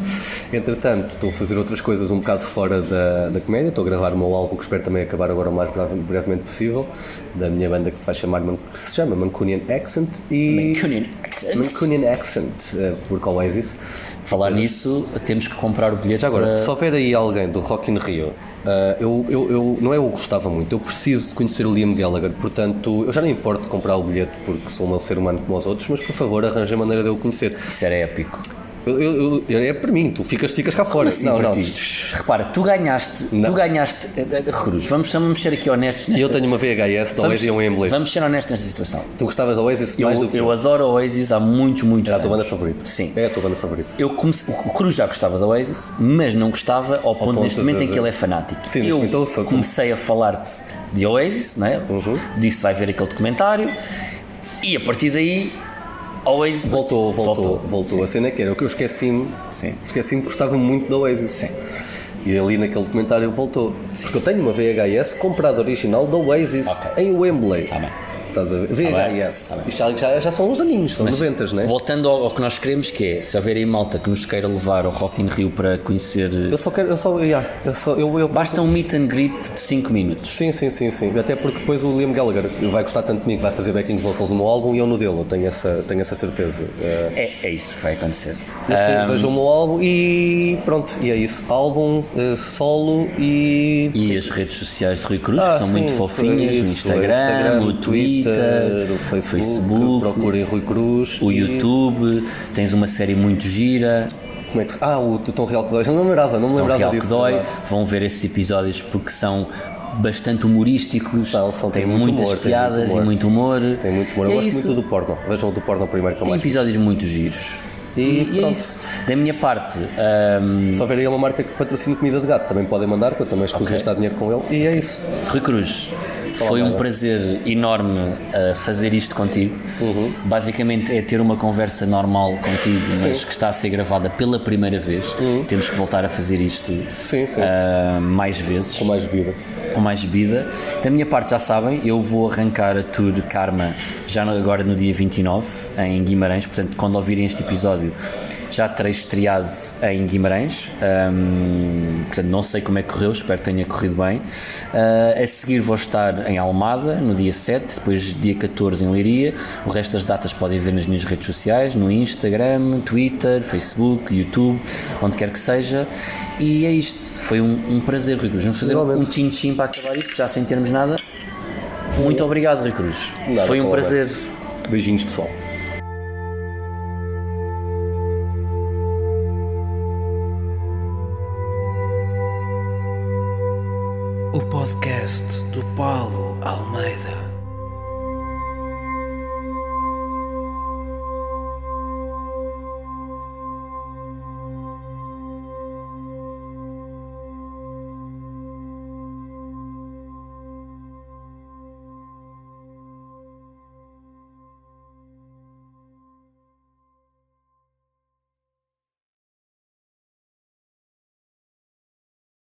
S3: Entretanto, estou a fazer outras coisas um bocado fora da, da comédia. Estou a gravar o meu álbum, que espero também acabar agora o mais breve- brevemente possível, da minha banda que se, vai chamar, Man- que se chama Mancunian Accent e.
S2: Mancunian Accent.
S3: Mancunian Accent, eh, por Oasis.
S2: Falar nisso, temos que comprar o bilhete
S3: Já agora,
S2: para...
S3: se houver aí alguém do Rock in Rio, ah, eu, eu, eu- não é eu gostava muito, eu preciso de conhecer o Liam Gallagher, portanto, eu já não importo de comprar o bilhete porque sou um ser humano como os outros, mas por favor, arranje a maneira de eu o conhecer.
S2: Isso era épico.
S3: Eu- eu- eu- é para mim, tu ficas, ficas cá fora.
S2: Assim,
S3: não,
S2: para
S3: não.
S2: ti. Repara, tu ganhaste, tu ganhaste, eh, eh, Cruz, vamos, vamos ser aqui honestos
S3: E
S2: nesta...
S3: eu tenho uma VHS da Oasis e um Emblem.
S2: vamos ser honestos nesta situação.
S3: Tu gostavas da Oasis
S2: Eu,
S3: mais do que
S2: eu adoro a Oasis há muitos, muitos
S3: É a
S2: anos.
S3: tua banda favorita.
S2: Sim.
S3: É a tua banda favorita.
S2: Eu comecei, o Cruz já gostava da Oasis, mas não gostava ao ponto,
S3: ponto
S2: neste momento
S3: de-
S2: em que ele é fanático.
S3: Sim,
S2: eu
S3: então, só-
S2: comecei a falar-te de Oasis, não é?
S3: Uhum.
S2: disse vai ver aquele documentário, e a partir daí a Oasis
S3: Voltou, voltou, voltou.
S2: Sim.
S3: A cena é que era o que eu esqueci-me.
S2: Sim.
S3: Esqueci-me que gostava muito da Oasis. Sim. E ali naquele documentário voltou. Porque eu tenho uma VHS comprada original da Oasis
S2: Ok.
S3: em Wembley.
S2: Tá bem.
S3: Estás a ver? VHS.
S2: Tá bem.
S3: Isto já, já, já são uns aninhos, são
S2: Mas,
S3: 90, não é?
S2: Voltando ao, ao que nós queremos, que é se houver aí malta que nos queira levar ao Rock in Rio para conhecer.
S3: Eu só quero. Eu só. yeah, eu só eu, eu-
S2: Basta um meet and greet de 5 minutos.
S3: Sim, sim, sim, sim. Até porque depois o Liam Gallagher vai gostar tanto de mim que vai fazer backing vocals no meu álbum e eu no dele. Eu tenho essa, tenho essa certeza. Eh,
S2: É, é isso que vai acontecer.
S3: Deixem, Vejam o meu álbum e pronto, e é isso. Álbum, eh, solo e.
S2: E as redes sociais de Rui Cruz,
S3: Ah,
S2: que são
S3: sim,
S2: muito fofinhas,
S3: isso,
S2: o Instagram, o Twitter,
S3: o Facebook,
S2: Facebook,
S3: procurem Rui Cruz.
S2: o
S3: e-
S2: YouTube, tens uma série muito gira,
S3: Como é que se... Ah, o do Tom Real que dói. Não me lembrava, não me
S2: Tom
S3: lembrava
S2: Real que
S3: disso.
S2: dói,
S3: não. é?
S2: vão ver esses episódios porque são bastante humorísticos,
S3: São, são,
S2: têm
S3: tem muito
S2: muitas
S3: humor, tem
S2: piadas
S3: muito
S2: e muito humor.
S3: Tem muito humor.
S2: E
S3: Eu
S2: é
S3: gosto
S2: isso.
S3: muito do porno. Vejam o do porno primeiro que eu
S2: Tem
S3: mais.
S2: episódios muito giros.
S3: E
S2: é
S3: pronto.
S2: isso. Da minha parte, hum,
S3: Só verem uma marca que patrocina comida de gato. Também podem mandar, que eu também escuso
S2: Ok.
S3: gastar dinheiro com ele. E é isso.
S2: Rui Cruz, foi um
S3: Mário.
S2: prazer enorme uh, fazer isto contigo. Basicamente é ter uma conversa normal contigo, mas que está a ser gravada pela primeira vez. Temos que voltar a fazer isto
S3: Sim, sim.
S2: uh, mais vezes,
S3: Com mais bebida.
S2: com mais bebida. Da minha parte, já sabem, eu vou arrancar a tour Karma já no- agora no dia 29, em Guimarães. Portanto, quando ouvirem este episódio, já terei estreado em Guimarães. Ahm, portanto, não sei como é que correu, espero que tenha corrido bem. Ah, a seguir, vou estar em Almada no dia 7, depois dia 14 em Leiria. O resto das datas podem ver nas minhas redes sociais, no Instagram, Twitter, Facebook, YouTube, onde quer que seja. E é isto. Foi um, um prazer, Rui Cruz. Vamos fazer um
S3: Igualmente.
S2: tchim-tchim para acabar isto, já sem termos nada. Muito obrigado, Rui Cruz.
S3: Nada,
S2: Foi um
S3: Paulo
S2: prazer.
S3: Alberto. Beijinhos, pessoal.
S1: O podcast do Paulo Almeida.